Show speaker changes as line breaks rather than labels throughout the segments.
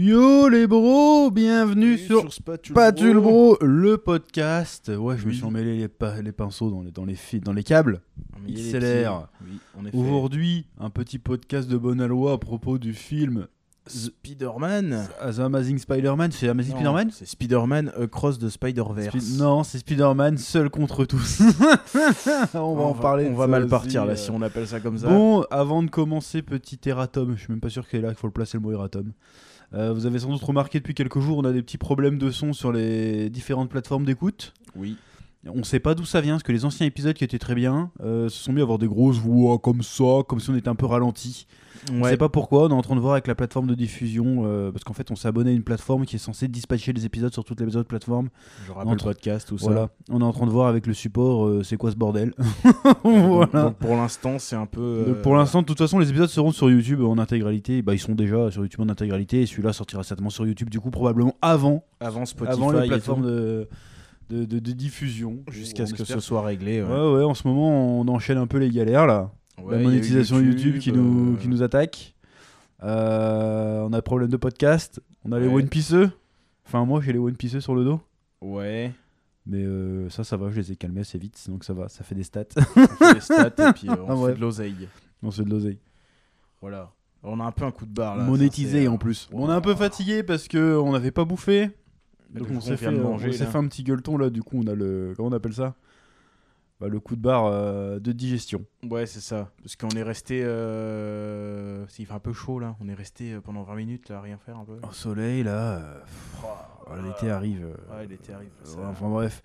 Yo les bros, bienvenue sur,
Spatule
Patul
Bro.
Bro, le podcast. Ouais, je me suis
Oui.
emmêlé les, pa- les pinceaux dans les, dans les fils, dans les câbles.
Ah, mais il y a les
XLR.
pieds. Oui, en effet.
Aujourd'hui, un petit podcast de bonne aloi à propos du film
Spider-Man.
The Amazing Spider-Man. C'est Amazing
Non,
Spider-Man
C'est Spider-Man Cross de Spider-Verse.
Spi- Non, c'est Spider-Man seul contre tous. on va
on,
en parler.
On
de
va
ça
mal
aussi,
partir
euh.
là si on appelle ça comme ça.
Bon, avant de commencer, petit erratum. Je suis même pas sûr qu'il est là, qu'il faut le placer le mot erratum. Euh, vous avez sans doute remarqué depuis quelques jours, on a des petits problèmes de son sur les différentes plateformes d'écoute.
Oui.
On sait pas d'où ça vient, parce que les anciens épisodes qui étaient très bien euh, se sont mis à avoir des grosses voix comme ça, comme si on était un peu ralenti. On
Ouais.
sait pas pourquoi, on est en train de voir avec la plateforme de diffusion, euh, parce qu'en fait on s'est abonné à une plateforme qui est censée dispatcher les épisodes sur toutes les autres plateformes.
Je rappelle
Entre-
podcast tout
Voilà, on est en train de voir avec le support, euh, c'est quoi ce bordel
ça. Donc,
Voilà.
donc, pour l'instant, c'est un peu
Donc,
euh,
pour l'instant, de toute façon, les épisodes seront sur YouTube en intégralité. Bah, ils sont déjà sur YouTube en intégralité, et celui-là sortira certainement sur YouTube, du coup, probablement avant,
avant Spotify
avant les
et
plateformes
tout,
de, de, de- de diffusion.
jusqu'à
On
ce que
espère
ce soit réglé.
Ouais.
ouais.
ouais, en ce moment, on enchaîne un peu les galères là.
Ouais,
la
il y a eu
monétisation YouTube, qui, nous,
euh,
qui nous attaque. Euh, on a problème de podcast. On a les
Ouais.
One Pieceux. Enfin, moi, j'ai les One Pieceux sur le dos.
Ouais.
Mais euh, ça, ça va, je les ai calmés assez vite, donc ça va, ça fait des stats.
On fait les stats et puis euh,
Ah,
on
ouais.
fait de l'oseille.
on se fait de l'oseille.
Voilà. On a un peu un coup de barre là. ça,
Monétisé
c'est,
en
euh,
plus.
wow.
On est un peu fatigué parce que on n'avait pas bouffé.
Mais
donc
le
on
coup,
s'est fait,
vient de
euh,
manger,
on s'est
là.
fait un petit gueuleton là, du coup, on a le. Comment on appelle ça Bah, Le coup de barre euh, de digestion.
Ouais, c'est ça. Parce qu'on est resté. Euh... Il fait un peu chaud là. On est resté euh, pendant 20 minutes là, à rien faire un peu.
Au soleil là. euh, pff, oh, L'été arrive. euh,
Ouais, l'été arrive.
Euh,
ça-
Enfin bref.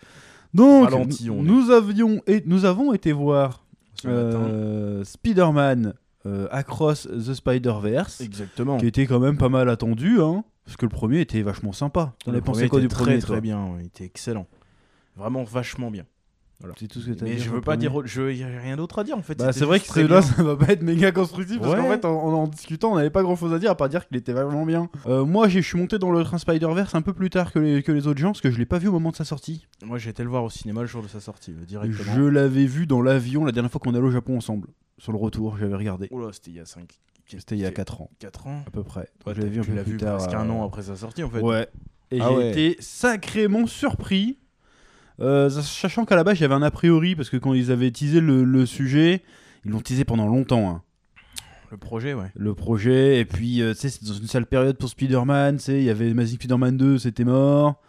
Donc,
Ralenti, on est.
nous, avions et nous avons été voir
ce matin.
euh, Spider-Man euh, Across the Spider-Verse,
Exactement.
qui était quand même pas mal attendu, hein, parce que le premier était vachement sympa. On
Le
avait pensé
premier
quoi
était
du
très,
premier
Très bien, ouais, il était excellent. Vraiment vachement bien.
C'est tout ce que t'as
Mais
à dire
je
sur
veux
le
pas
premier.
dire. autre- Je... Il y a rien d'autre à dire en fait.
Bah,
c'était
c'est vrai que
juste très
celui-là,
bien.
ça va pas être méga constructif parce
Ouais.
qu'en fait, en, en- en discutant, on n'avait pas grand chose à dire à part dire qu'il était vraiment bien. Euh, moi, j'ai- je suis monté dans le train Spider-Verse un peu plus tard que les, que les autres gens parce que je l'ai pas vu au moment de sa sortie.
Moi j'ai été le voir au cinéma le jour de sa sortie, euh, directement.
Je l'avais vu dans l'avion la dernière fois qu'on allait au Japon ensemble. Sur le retour, j'avais regardé.
Oh là, c'était il y a 5.
C'était il y a 4 ans,
4 ans.
à peu près.
Toi,
je l'avais vu un
tu
peu
l'as
plus
vu
tard.
presque un
euh,
an après sa sortie en fait.
Ouais. Et
Ah
j'ai
ouais.
été sacrément surpris. euh, sachant qu'à la base, j'avais un a priori, parce que quand ils avaient teasé le, le sujet, ils l'ont teasé pendant longtemps, hein,
Le projet, ouais.
le projet. Et puis, euh, tu sais, c'est dans une sale période pour Spider-Man. tu sais, Il y avait Amazing Spider-Man 2, c'était mort.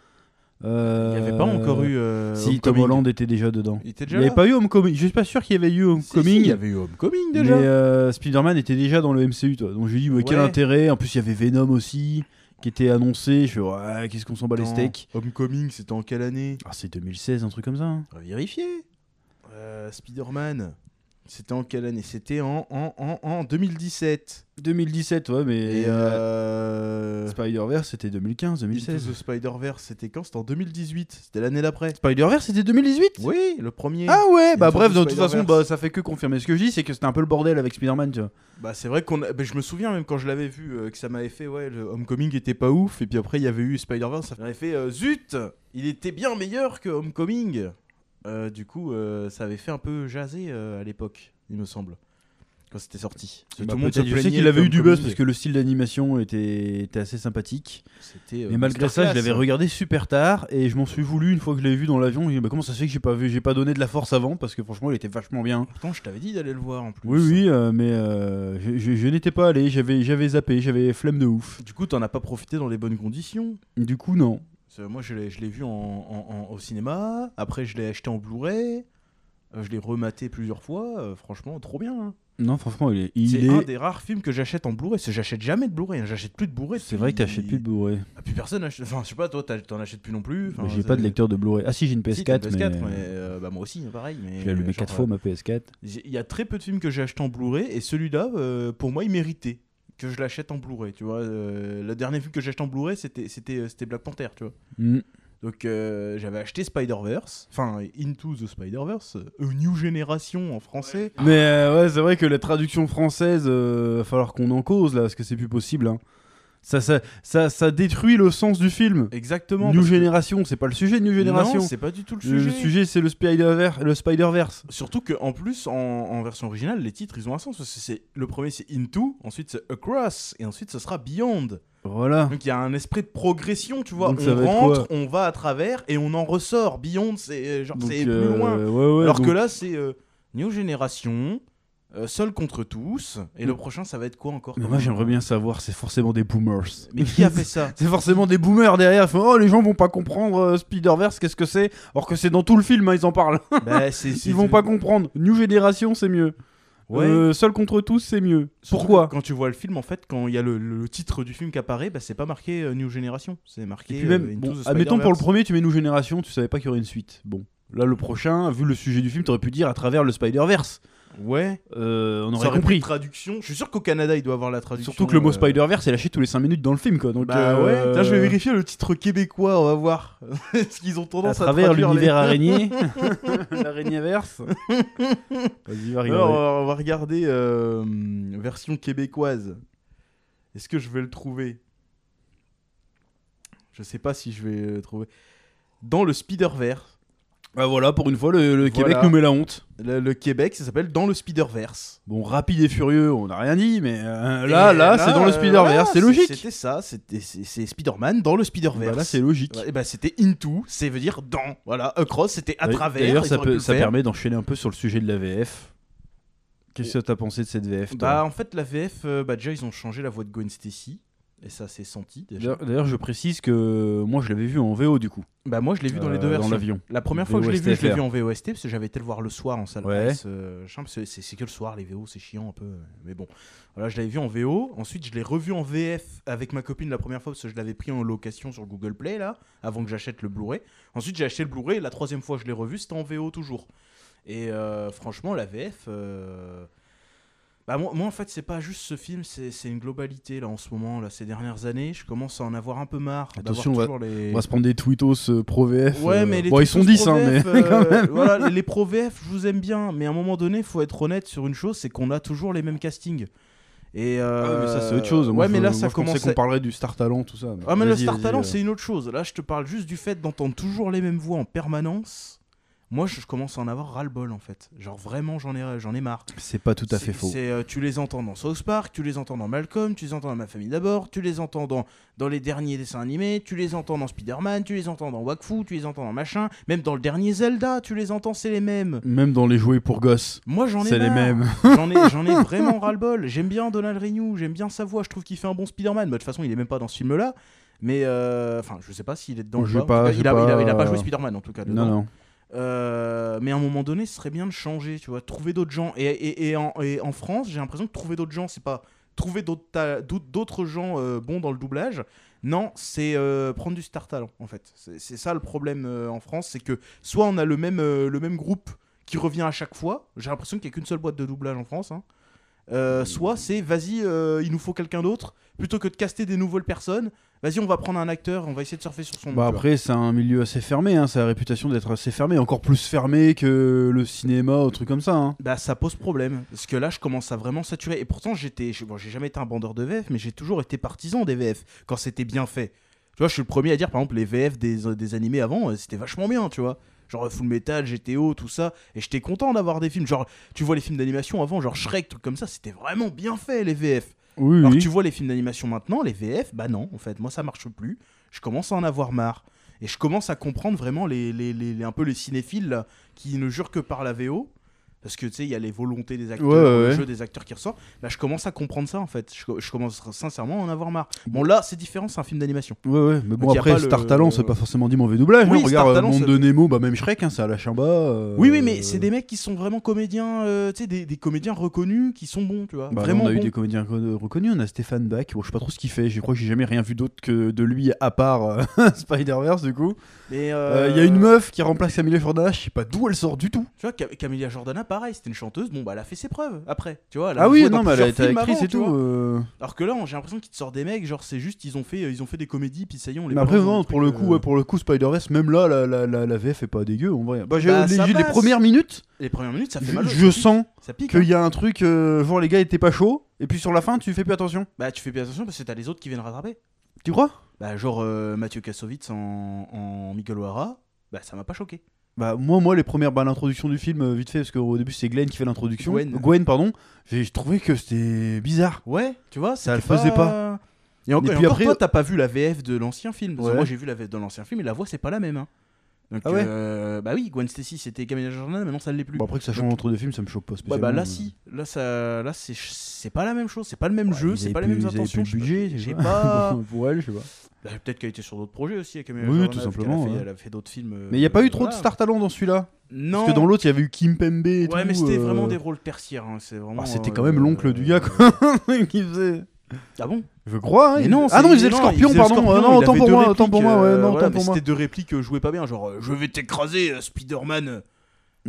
Il
Euh,
n'y avait pas encore eu. euh,
Si, Tom
Homecoming.
Holland était déjà dedans.
Il était
Il n'y
déjà
avait
là
pas eu Homecoming. Je suis pas sûr qu'il y avait eu
Si, si,
Homecoming.
Il y avait eu Homecoming
Mais
déjà.
euh, Spider-Man était déjà dans le MCU, toi. Donc j'ai dit, mais quel
Ouais.
intérêt En plus, il y avait Venom aussi, qui était annoncé. Je suis, ouais, qu'est-ce qu'on s'en bat les
Non,
steaks
Homecoming, c'était en quelle année
Ah, c'est 2016, un truc comme ça. hein.
On va Vérifier. Euh, Spider-Man, c'était en quelle année C'était en, en, en, en 2017.
2017, ouais, mais.
Et, euh,
Spider-Verse, c'était 2015,
Into
2016.
the Spider-Verse, c'était quand C'était en 2018. C'était l'année d'après.
Spider-Verse, Ah, c'était 2018
Oui, le premier.
Ah ouais, bah
Into
bref,
the
de toute façon,
Spider-Verse.
bah, ça fait que confirmer ce que je dis, c'est que c'était un peu le bordel avec Spider-Man, tu vois.
Bah c'est vrai qu'on. a- bah, je me souviens même quand je l'avais vu euh, que ça m'avait fait ouais le Homecoming était pas ouf et puis après il y avait eu Spider-Verse. Ça m'avait fait euh, zut, il était bien meilleur que Homecoming. Euh, du coup euh, ça avait fait un peu jaser euh, à l'époque il me semble quand c'était sorti. Parce que
Bah,
tout le monde se
peut-être, je sais
plaignait
qu'il avait eu du buzz
qu'Homecoming,
parce que le style d'animation était, était assez sympathique.
C'était. euh,
Mais malgré ça, je
masterclass.
l'avais regardé super tard et je m'en suis voulu une fois que je l'ai vu dans l'avion. Je me comment ça se fait que j'ai pas vu, j'ai pas donné de la force avant parce que franchement, il était vachement bien.
Pourtant je t'avais dit d'aller le voir en plus.
Oui, oui, euh, mais euh, je, je- je n'étais pas allé, j'avais, j'avais zappé, j'avais flemme de ouf.
Du coup t'en as pas profité dans les bonnes conditions.
Du coup, non.
Parce que Moi je l'ai je l'ai vu en, en- en- au cinéma. Après je l'ai acheté en Blu-ray. euh, Je l'ai rematé plusieurs fois, euh, franchement, trop bien. hein.
Non, franchement, il est. Il
C'est
est...
un des rares films que j'achète en Blu-ray. C'est- J'achète jamais de Blu-ray. hein. J'achète plus de Blu-ray.
C'est vrai que t'achètes plus de Blu-ray.
Ah, plus personne achète. Enfin, je sais pas, toi, t'as- t'en achètes plus non plus. Enfin,
Mais j'ai
c'est-
pas de lecteur de Blu-ray. Ah si, j'ai une
Si, t'as une
PS4,
PS4,
mais.
mais, euh, bah, moi aussi, pareil. Mais,
Je l'ai allumé
genre,
4 fois ma PS4.
j'ai- Il y a très peu de films que j'ai acheté en Blu-ray. Et celui-là, euh, pour moi, il méritait que je l'achète en Blu-ray. Tu vois, Euh, le dernier film que j'ai acheté en Blu-ray, c'était c'était euh, c'était Black Panther. Tu vois.
Mm.
Donc euh, j'avais acheté Spider-Verse, enfin Into the Spider-Verse, euh, New Generation en français.
Mais euh, ouais, c'est vrai que la traduction française, euh, va falloir qu'on en cause là, parce que c'est plus possible. hein. Ça, ça, ça, ça détruit le sens du film.
Exactement.
New
parce que-
Génération, c'est pas le sujet de New Génération.
Non, c'est pas du tout le
le
sujet.
le sujet, c'est le Spider-Verse. Le Spider-Verse.
Surtout qu'en plus, en, en version originale, les titres, ils ont un sens. Parce que c'est- le premier, c'est Into, ensuite, c'est Across, et ensuite, ce sera Beyond.
Voilà.
Donc il y a un esprit de progression, tu vois.
Donc, ça
on
va être
rentre, on va à travers et on en ressort. Beyond, c'est euh, genre
Donc,
c'est
euh,
plus loin.
ouais, ouais,
Alors
donc-
que là, c'est euh, New Génération, euh, seul contre tous. Et le prochain, ça va être quoi encore
Mm. Mais
comme-
moi, j'aimerais bien savoir, c'est forcément des boomers.
Mais qui a fait ça
C'est forcément des boomers derrière. ils font, oh, les gens vont pas comprendre euh, Spider-Verse, qu'est-ce que c'est Alors que c'est dans tout le film, hein, ils en parlent.
Bah, c'est- c'est-
Ils vont pas comprendre. New Génération, c'est mieux.
Ouais.
Euh, seul contre tous, c'est mieux.
Surtout
Pourquoi
que Quand tu vois le film, en fait, quand il y a le, le titre du film qui apparaît, bah, c'est pas marqué euh, New Génération. C'est marqué.
Et puis même,
euh, Into
bon,
the
admettons pour le
Spider-Verse.
premier, tu mets New Génération, tu savais pas qu'il y aurait une suite. Bon. Là, le prochain, vu le sujet du film, t'aurais pu dire à travers le Spider-Verse.
Ouais.
Euh, on
Ça
aurait
aurait pris
compris.
traduction. Je suis sûr qu'au Canada, il doit avoir la traduction.
Surtout que le mot
euh,
Spider-Verse est lâché tous les 5 minutes dans le film, quoi. Donc,
Bah ouais,
euh,
Tiens, je vais vérifier le titre québécois, on va voir. Est-ce qu'ils ont
À
tendance à,
travers
traduire les-
l'univers araignée. L'araignée verse. Vas-y, va regarder.
Alors, on va regarder euh, version québécoise. Est-ce que je vais le trouver Je sais pas si je vais le trouver. Dans le Spider-Verse.
Bah voilà, pour une fois, le, le
Voilà.
Québec nous met la honte.
Le, le Québec, ça s'appelle Dans le Spider-Verse.
Bon, rapide et furieux, on n'a rien dit, mais euh, là, là,
Et
c'est dans le
euh, voilà,
Spider-Verse, c'est logique.
C'était ça, c'était c'est c'est Spider-Man dans le
Bah
Spider-Verse.
là, c'est logique.
et bah, c'était into, c'est veut dire dans. Voilà, across, c'était à
Ouais,
travers.
D'ailleurs,
ils
ça,
auraient
peut-
pu le
ça
faire.
permet d'enchaîner un peu sur le sujet de la VF. Qu'est-ce que t'as pensé de cette VF toi
Bah en fait la VF, euh, bah déjà ils ont changé la voix de Gwen Stacy et ça s'est senti déjà.
D'ailleurs, d'ailleurs, je précise que moi, je l'avais vu en VO du coup.
Bah moi je l'ai vu dans
Euh,
les deux versions.
l'avion.
La première fois que je l'ai vu, je l'ai
VOSTFR.
vu en VOST parce que j'avais été le voir le soir en salle
Ouais.
presse, euh, chiant, parce que c'est c'est que le soir les VO c'est chiant un peu euh, mais bon. Voilà, je l'avais vu en VO, ensuite je l'ai revu en VF avec ma copine la première fois parce que je l'avais pris en location sur Google Play là avant que j'achète le Blu-ray. Ensuite j'ai acheté le Blu-ray, la troisième fois je l'ai revu, c'était en VO toujours. Et euh, franchement la VF euh, Bah moi, moi, en fait c'est pas juste ce film c'est c'est une globalité là en ce moment là ces dernières années je commence à en avoir un peu marre d'avoir
Attention, on va-
toujours les...
On va se prendre des tweetos euh, pro VF.
Ouais,
euh,
mais les
bon, ils sont 10, hein, mais
pro-VF,
quand
euh,
même.
voilà, les pro VF, je vous aime bien, mais à un moment donné, faut être honnête sur une chose, c'est qu'on a toujours les mêmes castings. Et euh,
Ah ouais, mais ça, c'est autre chose.
Ouais,
Moi, je-
mais là,
moi,
ça
je pensais
commence.
qu'on
à-
parlerait du Star Talent, tout ça.
Ah, mais le
Vas-y,
Star
vas-y,
Talent,
euh.
c'est une autre chose. Là, je te parle juste du fait d'entendre toujours les mêmes voix en permanence. Moi, je je commence à en avoir ras-le-bol, en fait. Genre, vraiment, j'en ai, j'en ai marre.
C'est pas tout à
C'est-
fait faux.
c'est, euh, tu les entends dans South Park, tu les entends dans Malcolm, tu les entends dans Ma Famille d'abord, tu les entends dans, dans les derniers dessins animés, tu les entends dans Spider-Man, tu les entends dans Wakfu, tu les entends dans machin, même dans le dernier Zelda, tu les entends, c'est les mêmes.
Même dans les jouets pour gosses,
Moi j'en ai
c'est les
marre.
mêmes.
J'en ai, j'en ai vraiment ras-le-bol. J'aime bien Donald Renew, j'aime bien sa voix, je trouve qu'il fait un bon Spider-Man. Bah, De toute façon, il est même pas dans ce film-là. Mais euh, enfin, je sais pas s'il est dedans.
Je
ou
sais
pas. En
pas, j'ai
tout cas, il, a, il a- il a
pas-
pas
euh,
joué Spider-Man en tout cas.
Non,
dedans.
non.
Euh, mais à un moment donné, ce serait bien de changer, tu vois, trouver d'autres gens. Et, et- et en, et en France, j'ai l'impression que trouver d'autres gens, c'est pas trouver d'autres ta- d'aut- d'autres gens euh, bons dans le doublage. Non, c'est euh, prendre du star talent, en fait. C'est c'est ça le problème euh, en France, c'est que soit on a le même, euh, le même groupe qui revient à chaque fois, j'ai l'impression qu'il n'y a qu'une seule boîte de doublage en France, hein. Euh, soit c'est vas-y, euh, il nous faut quelqu'un d'autre, plutôt que de caster des nouvelles personnes, vas-y, on va prendre un acteur, on va essayer de surfer sur son nom,
Bah
tu vois.
après, c'est un milieu assez fermé, hein. ça a la réputation d'être assez fermé, encore plus fermé que le cinéma ou truc comme ça. hein.
Bah ça pose problème, parce que là je commence à vraiment saturer. Et pourtant j'étais, je- bon, j'ai jamais été un bandeur de VF, mais j'ai toujours été partisan des VF quand c'était bien fait. Tu vois, je suis le premier à dire par exemple les VF des, euh, des animés avant, euh, c'était vachement bien, tu vois. Genre euh, Full Metal, GTO, tout ça, et j'étais content d'avoir des films. Genre tu vois les films d'animation avant, genre Shrek, trucs comme ça, c'était vraiment bien fait les VF.
Oui,
Alors
oui.
tu vois les films d'animation maintenant, les VF, bah non, en fait, moi ça marche plus. Je commence à en avoir marre. Et je commence à comprendre vraiment les, les, les- les- un peu les cinéphiles là, qui ne jurent que par la VO. Parce que tu sais, il y a les volontés des acteurs,
Ouais, ouais,
le
ouais.
jeu des acteurs qui ressort. Là, je commence à comprendre ça en fait. Je, co- je commence sincèrement à en avoir marre.
Mmh.
Bon, là, c'est différent, c'est un film d'animation.
Ouais, ouais, mais bon,
Donc, y a
après,
pas
Star
le-
Talent, c'est pas forcément dit mauvais doublage.
Oui,
hein. Regarde,
Star
euh,
Talent,
Monde
c'est-
de Nemo, bah même Shrek, hein, c'est à la chimba. euh,
Oui, oui, mais c'est des mecs qui sont vraiment comédiens, euh, tu sais, des, des comédiens reconnus qui sont bons, tu vois.
Bah,
vraiment
on a eu
bons.
des comédiens con- reconnus, on a Stéphane Bach, bon, je sais pas trop ce qu'il fait, je crois que j'ai jamais rien vu d'autre que de lui à part euh, Spider-Verse du coup.
Mais, euh,
Euh, Il y a une meuf qui remplace Camilla Jordan, je sais pas d'où elle sort du tout.
Tu vois, Cam- Camilla Jordana, pareil, c'était une chanteuse, bon bah elle a fait ses preuves après, tu vois. elle a
Ah oui,
joué dans
non, mais elle a été
plusieurs films
actrice
avant,
et
tu
tout.
vois.
euh.
Alors que là, on- j'ai l'impression qu'ils te sortent des mecs, genre c'est juste ils ont fait euh, ils ont fait des comédies puis ça y est, on les
Mais après,
balance dans
non,
des
pour le
trucs,
coup,
euh,
ouais, pour le coup, Spider-Verse, même là, la, la, la, la VF est pas dégueu en vrai. Bah, j'ai-
Bah,
les,
ça
j'ai- les
passe.
premières minutes,
les premières minutes, ça fait
je,
mal.
je
ça pique,
sens
ça pique. hein.
qu'il y a un truc, euh, genre les gars étaient pas chauds, et puis sur la fin, tu fais plus attention.
Bah tu fais bien attention parce que t'as les autres qui viennent rattraper.
Tu crois
Bah genre euh, Mathieu Kassovitz en, en Miguel O'Hara, bah ça m'a pas choqué.
Bah, moi, moi, les premières, bah, l'introduction du film, euh, vite fait, parce qu'au début, c'est Glenn qui fait l'introduction.
Gwen.
pardon. J'ai j'ai trouvé que c'était bizarre.
Ouais, tu vois,
Ça
c'était
le faisait
Et, en-
Et
et
puis
encore,
après-
toi, t'as pas vu la VF de l'ancien film. Parce que
Ouais.
Moi, j'ai vu la VF de l'ancien film et la voix, c'est pas la même. hein. Donc,
Ah ouais
euh, bah oui, Gwen Stacy, c'était Camilla Jordan, maintenant ça l'est plus.
Bon, après que ça change entre deux films, ça me choque pas
ouais,
spécialement. euh.
bah là,
mais-
si. Là, ça, là, c'est, c'est pas la même chose. C'est pas le même
Ouais,
jeu,
ils
c'est
avaient
pas les
plus-
mêmes
ils avaient
intentions.
plus le
je-
budget, je sais
J'ai
pas.
pas.
pour elle, je sais pas.
Bah, peut-être qu'elle était sur d'autres projets aussi, avec Camilla
Oui,
Jordan,
tout
parce qu'elle a
simplement,
fait-
ouais.
Elle a fait d'autres films.
Mais il y a pas
euh,
eu trop de
voilà.
star talent dans celui-là.
Non.
Parce que dans l'autre, il y avait eu Kim Pembe et tout.
Ouais, mais c'était
euh,
vraiment des rôles tertiaires. hein, C'est vraiment.
Ah, c'était
euh,
quand même l'oncle du gars, quoi. qui faisait.
Ah bon
Je crois. hein,
Mais
il-
non,
ah non,
c'est-
il faisait le
non,
scorpion,
faisait le
pardon. Ah
scorpion,
non,
il
autant
avait
pour
deux
moi, autant pour moi,
répliques,
ouais,
euh,
non,
voilà,
autant
mais
pour moi.
C'était deux répliques, euh, jouaient pas bien, genre euh, je vais t'écraser, euh, Spider-Man,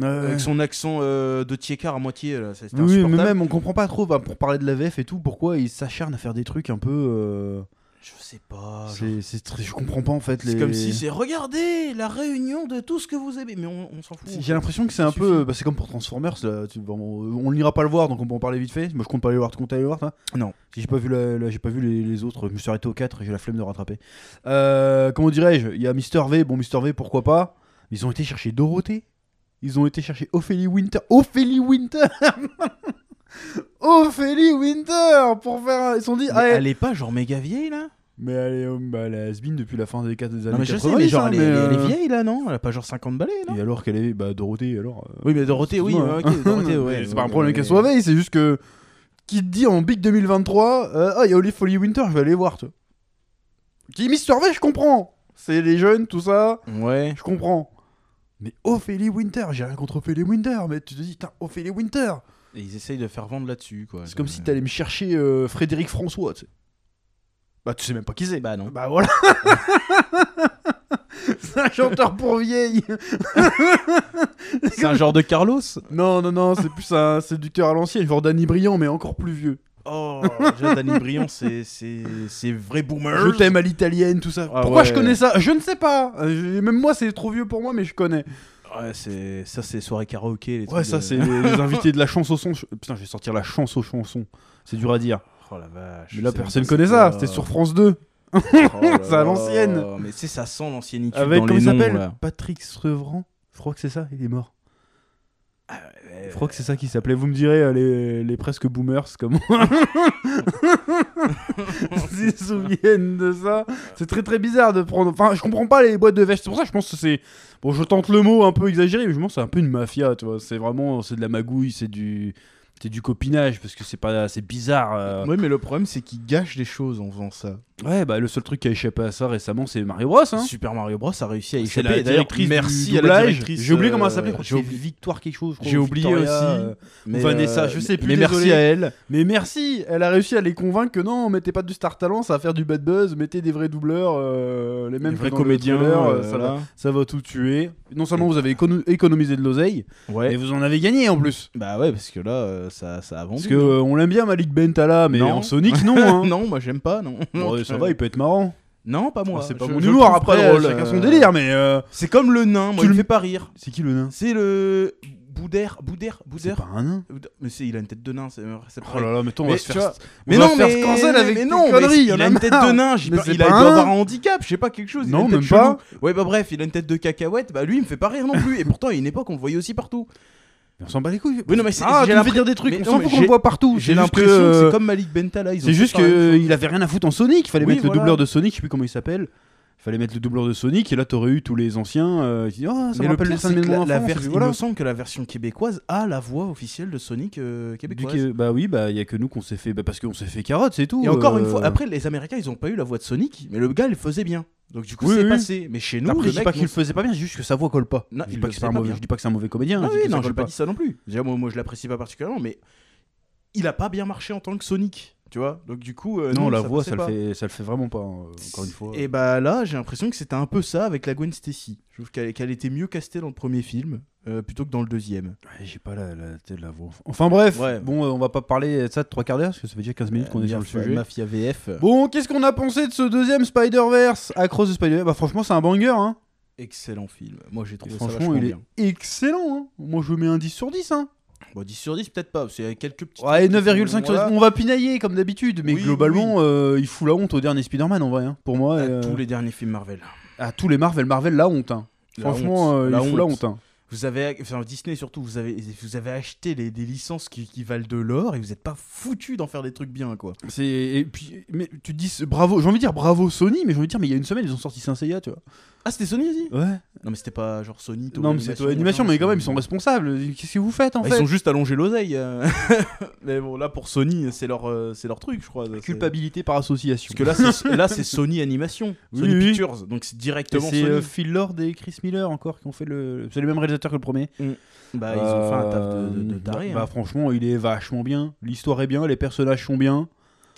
Euh,
avec son accent euh, de Tiekar à moitié, là, ça, c'était
Oui, mais
insupportable.
même, on comprend pas trop, bah, pour parler de la VF et tout, pourquoi ils s'acharnent à faire des trucs un peu. euh,
Je sais pas. Ah, genre,
c'est- c'est très- Je comprends pas en fait.
C'est
les-
comme si c'est regardez la réunion de tout ce que vous aimez, mais on, on s'en fout.
J'ai l'impression que c'est un
Ça
peu.
suffit.
bah, c'est comme pour Transformers, là, tu- bon, on on n'ira pas le voir, donc on peut en parler vite fait. Moi, je compte pas aller le voir, tu comptes aller le voir, toi
Non.
Si j'ai pas vu, la- la- j'ai pas vu les, les autres, je me suis arrêté aux 4 et j'ai la flemme de rattraper. Euh, comment dirais-je Il y a Mister V, bon, Mister V, pourquoi pas Ils ont été chercher Dorothée Ils ont été chercher Ophélie Winter Ophélie Winter Ophélie Winter Pour faire. un- Ils se sont dit,
Mais
allez,
Elle est pas genre méga vieille là
Mais elle est, euh, bah, elle est has-been depuis la fin des, quatre- des années
Non, mais je
90.
sais, mais genre
hein,
elle, est, elle est- elle est
euh,
vieille là, non Elle a pas genre 50 balais là
Et alors qu'elle est. Bah, Dorothée, alors. euh,
Oui, mais Dorothée, oui,
excuse-moi,
ouais,
hein.
ok, Dorothée, ouais.
c'est
ouais,
pas un problème
mais-
qu'elle soit vieille, c'est juste que. Qui te dit en Big 2023, euh, ah, il y a Olive Folly Winter, je vais aller voir, toi. Qui dit Mister V, je comprends C'est les jeunes, tout ça,
Ouais.
je comprends. Mais Ophélie Winter, j'ai rien contre Ophélie Winter, mais tu te dis, putain, Ophélie Winter
Et ils essayent de faire vendre là-dessus, quoi.
C'est comme si t'allais me chercher euh, Frédéric François, tu sais. Bah, tu sais même pas qui c'est.
Bah non.
Bah voilà C'est un chanteur pour vieille
C'est un genre de Carlos
Non, non, non, c'est plus un séducteur à l'ancienne, genre Danny Brillant, mais encore plus vieux.
Oh, déjà, Danny Briand, c'est, c'est, c'est vrai boomer.
Je t'aime à l'italienne, tout ça.
Ah
Pourquoi
ouais.
je connais ça Je ne sais pas Euh, Même moi, c'est trop vieux pour moi, mais je connais.
Ouais, c'est, ça, c'est soirée karaoké. Les
Ouais,
trucs
ça,
de-
c'est les, les invités de la chance au son. Je- Putain, je vais sortir la chance aux chansons. C'est dur à dire.
Oh la vache.
Mais là,
c'est-
personne
c'est
connaît
quoi
ça. C'était sur France 2.
Oh là
C'est à
là.
l'ancienne.
Mais c'est, ça sent l'anciennitude.
Avec,
dans
comment
les
il
noms,
s'appelle
là.
Patrick Sevran. Je crois que c'est ça, il est mort.
Ouais,
Je crois que c'est ça qui s'appelait. Vous me direz, euh, les, les presque boomers, comme moi, s'ils se souviennent de ça. C'est très très bizarre de prendre. Enfin, je comprends pas les boîtes de veste. C'est pour ça que je pense que c'est. Bon, je tente le mot un peu exagéré, mais je pense que c'est un peu une mafia, tu vois. C'est vraiment. C'est de la magouille, c'est du. C'est du copinage parce que c'est pas c'est bizarre. euh.
Ouais, mais le problème, c'est qu'ils gâchent des choses en faisant ça.
Ouais, bah le seul truc qui a échappé à ça récemment, c'est Mario Bros. Hein.
Super Mario Bros a réussi à
C'est
échapper.
la
Et d'ailleurs,
directrice du
merci à la
doublage.
directrice.
J'ai oublié comment elle
euh,
s'appelait. je crois que
j'ai
c'est
oublié.
Victoire quelque chose. je crois,
J'ai
ou
oublié
Victoria,
aussi.
euh.
Mais,
Vanessa, je sais plus,
Mais merci
désolé.
à elle.
Mais merci, elle a réussi à les convaincre que non, mettez pas du star talent, ça va faire du bad buzz, mettez des vrais doubleurs, euh, les mêmes
Même
que
vrai
dans le
comédien.
trailer, euh,
euh,
ça, va,
voilà.
ça va tout tuer. Non seulement vous avez écono- économisé de l'oseille,
Ouais.
mais vous en avez gagné en plus.
Bah ouais, parce que là, euh, ça, ça a vendu.
Parce que euh, on l'aime bien Malik Bentala, mais
Non.
en Sonic non. hein.
Non, moi j'aime pas, non. euh,
Bon, ouais, ça va, il peut être marrant.
Non, pas moi.
Enfin, c'est pas
Je-
mon
je le
humour
trouve
après,
pas drôle,
chacun son
euh,
délire, mais euh,
C'est comme le nain, moi
Tu
il
le-
me fait pas rire.
c'est qui le nain
C'est le Boudère, Boudère,
C'est
Boudère.
pas un nain.
Boudère. Mais c'est, il a une tête de nain, c'est, c'est pas
Oh
vrai.
là là, mais attends, on
Mais
va se
tu
faire.
vois-
on
mais
va
non,
se faire
mais,
scancel avec
mais
tes
non, mais
conneries,
il
y'en
a
a
une tête
marre.
de nain, j'ai
Mais
pas-
c'est
il a
pas
il
un
doit
nain.
avoir un handicap, je sais pas quelque chose. il a
Non,
une tête
même pas.
chelou. Ouais, bah bref, il a une tête de cacahuète, bah lui il me fait pas rire non plus. Et pourtant, il y a une époque, on le voyait aussi partout.
Mais on s'en bat les couilles.
Oui, non, mais c'est,
Ah,
j'ai,
tu me fais
l'impr-
dire des trucs,
Mais
on
non,
s'en
mais
fout qu'on
j'ai-
le voit partout.
j'ai
c'est juste
l'impression que
euh,
c'est comme Malik Bentala. ils ont
C'est
tous
juste
la même chose.
qu'il avait rien à foutre en Sonic, il fallait
Oui,
mettre
voilà.
le doubleur de Sonic, je sais plus comment il s'appelle. Il fallait mettre le doubleur de Sonic et là t'aurais eu tous les anciens euh, qui disent oh, ça
Mais
me
le
rappelle les
pire, c'est
de
que la,
mon
la
enfance,
vers-
et puis
il
voilà.
me semble que la version québécoise a la voix officielle de Sonic euh,
Du
québécoise.
que- bah oui, bah il y a que nous qu'on s'est fait bah, parce qu'on s'est fait carotte, c'est tout.
Et encore
euh.
une fois, après les Américains, ils ont pas eu la voix de Sonic, mais le gars, il le faisait bien. Donc du coup,
Oui,
c'est
oui.
passé. Mais chez nous,
Après,
le
je dis
mec,
pas qu'il
non-
le faisait pas bien, c'est juste que sa voix colle pas.
Non,
je,
il
dis
le
pas que c'est
faisait
un
pas
mauvais,
bien.
je dis pas que c'est un mauvais comédien,
Ah
je dis
oui,
que ça
non,
colle
j'ai pas
pas.
dit ça non plus. Déjà, moi, moi, je l'apprécie pas particulièrement, mais il a pas bien marché en tant que Sonic. Tu vois Donc du coup. euh,
non, la
ça
voix,
passait
ça le,
pas.
fait, ça le fait vraiment pas, hein, encore une fois.
Et bah là, j'ai l'impression que c'était un peu ça avec la Gwen Stacy. Je trouve qu'elle qu'elle était mieux castée dans le premier film euh, plutôt que dans le deuxième.
Ouais, J'ai pas la, la tête de la voix. Enfin bref,
Ouais. Euh,
bon, euh, on va pas parler de ça de trois quarts d'heure, parce que ça fait déjà 15 minutes qu'on est sur le
Mafia-
sujet.
Mafia VF.
Bon, qu'est-ce qu'on a pensé de ce deuxième Spider-Verse Across the Spider-Verse Bah franchement, c'est un banger, hein.
Excellent film. Moi, j'ai trouvé ça
franchement,
vachement
il est
bien.
excellent, hein. Moi, je mets un 10 sur 10, hein.
Bon, 10 sur 10, peut-être pas. C'est avec quelques petits.
Ouais, 9,5 sur 10.
Voilà.
On va pinailler, comme d'habitude, mais
Oui,
globalement, euh, il fout la honte au dernier Spider-Man, en vrai, hein. Pour moi,
à
euh,
tous les derniers films Marvel.
à tous les Marvel, Marvel, la honte, hein.
La
Franchement,
honte,
euh,
la
il fout la honte, hein.
Vous avez, enfin Disney surtout, vous avez, vous avez acheté les- des licences qui, qui valent de l'or et vous n'êtes pas foutu d'en faire des trucs bien, quoi.
C'est et puis mais tu te dis ce- bravo, j'ai envie de dire bravo Sony, mais j'ai envie de dire mais il y a une semaine ils ont sorti Saint Seiya, tu vois.
Ah, c'était Sony aussi
Ouais.
Non, mais c'était pas genre Sony. Toho
Non mais c'est toi animation, mais quand même ils sont responsables. Qu'est-ce que vous faites en
Bah,
fait
Ils ont juste allongé l'oseille. euh. mais bon, là pour Sony, c'est leur, euh, c'est leur truc, je crois. c'est-
Culpabilité par association.
Parce que là, c'est, là, c'est Sony Animation,
Oui,
Sony
oui.
Pictures, donc c'est
Et
directement
c'est
Sony.
euh, Phil Lord et Chris Miller encore qui ont fait le. C'est le même réalisateur que le premier.
Bah, ils ont fait un taf de, de, de
Euh,
taré.
Bah,
hein.
bah, franchement, il est vachement bien. L'histoire est bien, les personnages sont bien.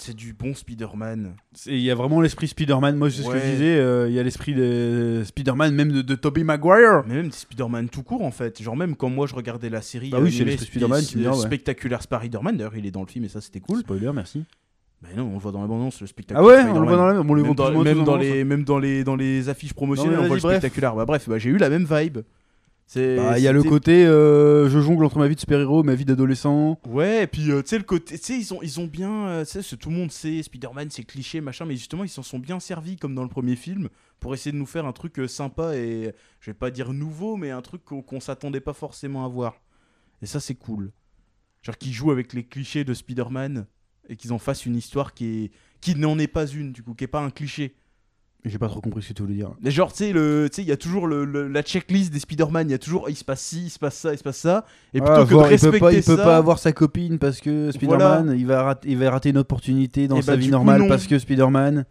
C'est du bon Spider-Man.
C'est- Il y a vraiment l'esprit Spider-Man. Moi, c'est ce que je
Ouais.
disais. euh, il y a l'esprit de Spider-Man, même de, de Tobey Maguire.
Mais même des Spider-Man tout court en fait. Genre même quand moi je regardais la série.
Bah oui,
animée,
c'est l'esprit Spider-Man, tu me diras, ouais.
Spectaculaire Spider-Man, d'ailleurs il est dans le film et ça c'était cool.
Spoiler, merci.
Bah non, on le voit dans l'abondance le spectaculaire.
Ah ouais, on
Spider-Man.
le voit dans la même. On le voit
Même
plus ou
dans,
moins
même
tous
dans
ensemble.
les, même dans, les, dans les affiches promotionnelles,
Non, mais
on voit
vas-y,
le
bref.
spectaculaire. Bah bref, bah, j'ai eu la même vibe. C'est-
Bah, il y a le
c'était-
côté euh, je jongle entre ma vie de super-héros, ma vie d'adolescent.
Ouais, et puis euh, tu sais, le côté. Tu sais, ils ont, ils ont bien. euh, tu sais, ce- tout le monde sait, Spider-Man, c'est cliché, machin, mais justement, ils s'en sont bien servis, comme dans le premier film, pour essayer de nous faire un truc euh, sympa et. Je vais pas dire nouveau, mais un truc qu'on qu'on s'attendait pas forcément à voir. Et ça, c'est cool. Genre qu'ils jouent avec les clichés de Spider-Man et qu'ils en fassent une histoire qui, est, qui n'en est pas une, du coup, qui est pas un cliché.
J'ai pas trop compris ce que tu voulais dire.
Mais genre, tu sais, le- tu sais, il y a toujours le- le- la checklist des Spider-Man, il y a toujours il se passe ci, il se passe ça, il se passe ça. Et plutôt
Ah,
que
voir,
de
il peut
respecter
pas, il peut
ça-
pas avoir sa copine parce que Spider-Man, il, va rater, il va rater une opportunité dans
Eh
sa
bah,
vie
du coup,
normale
non.
parce que Spider-man.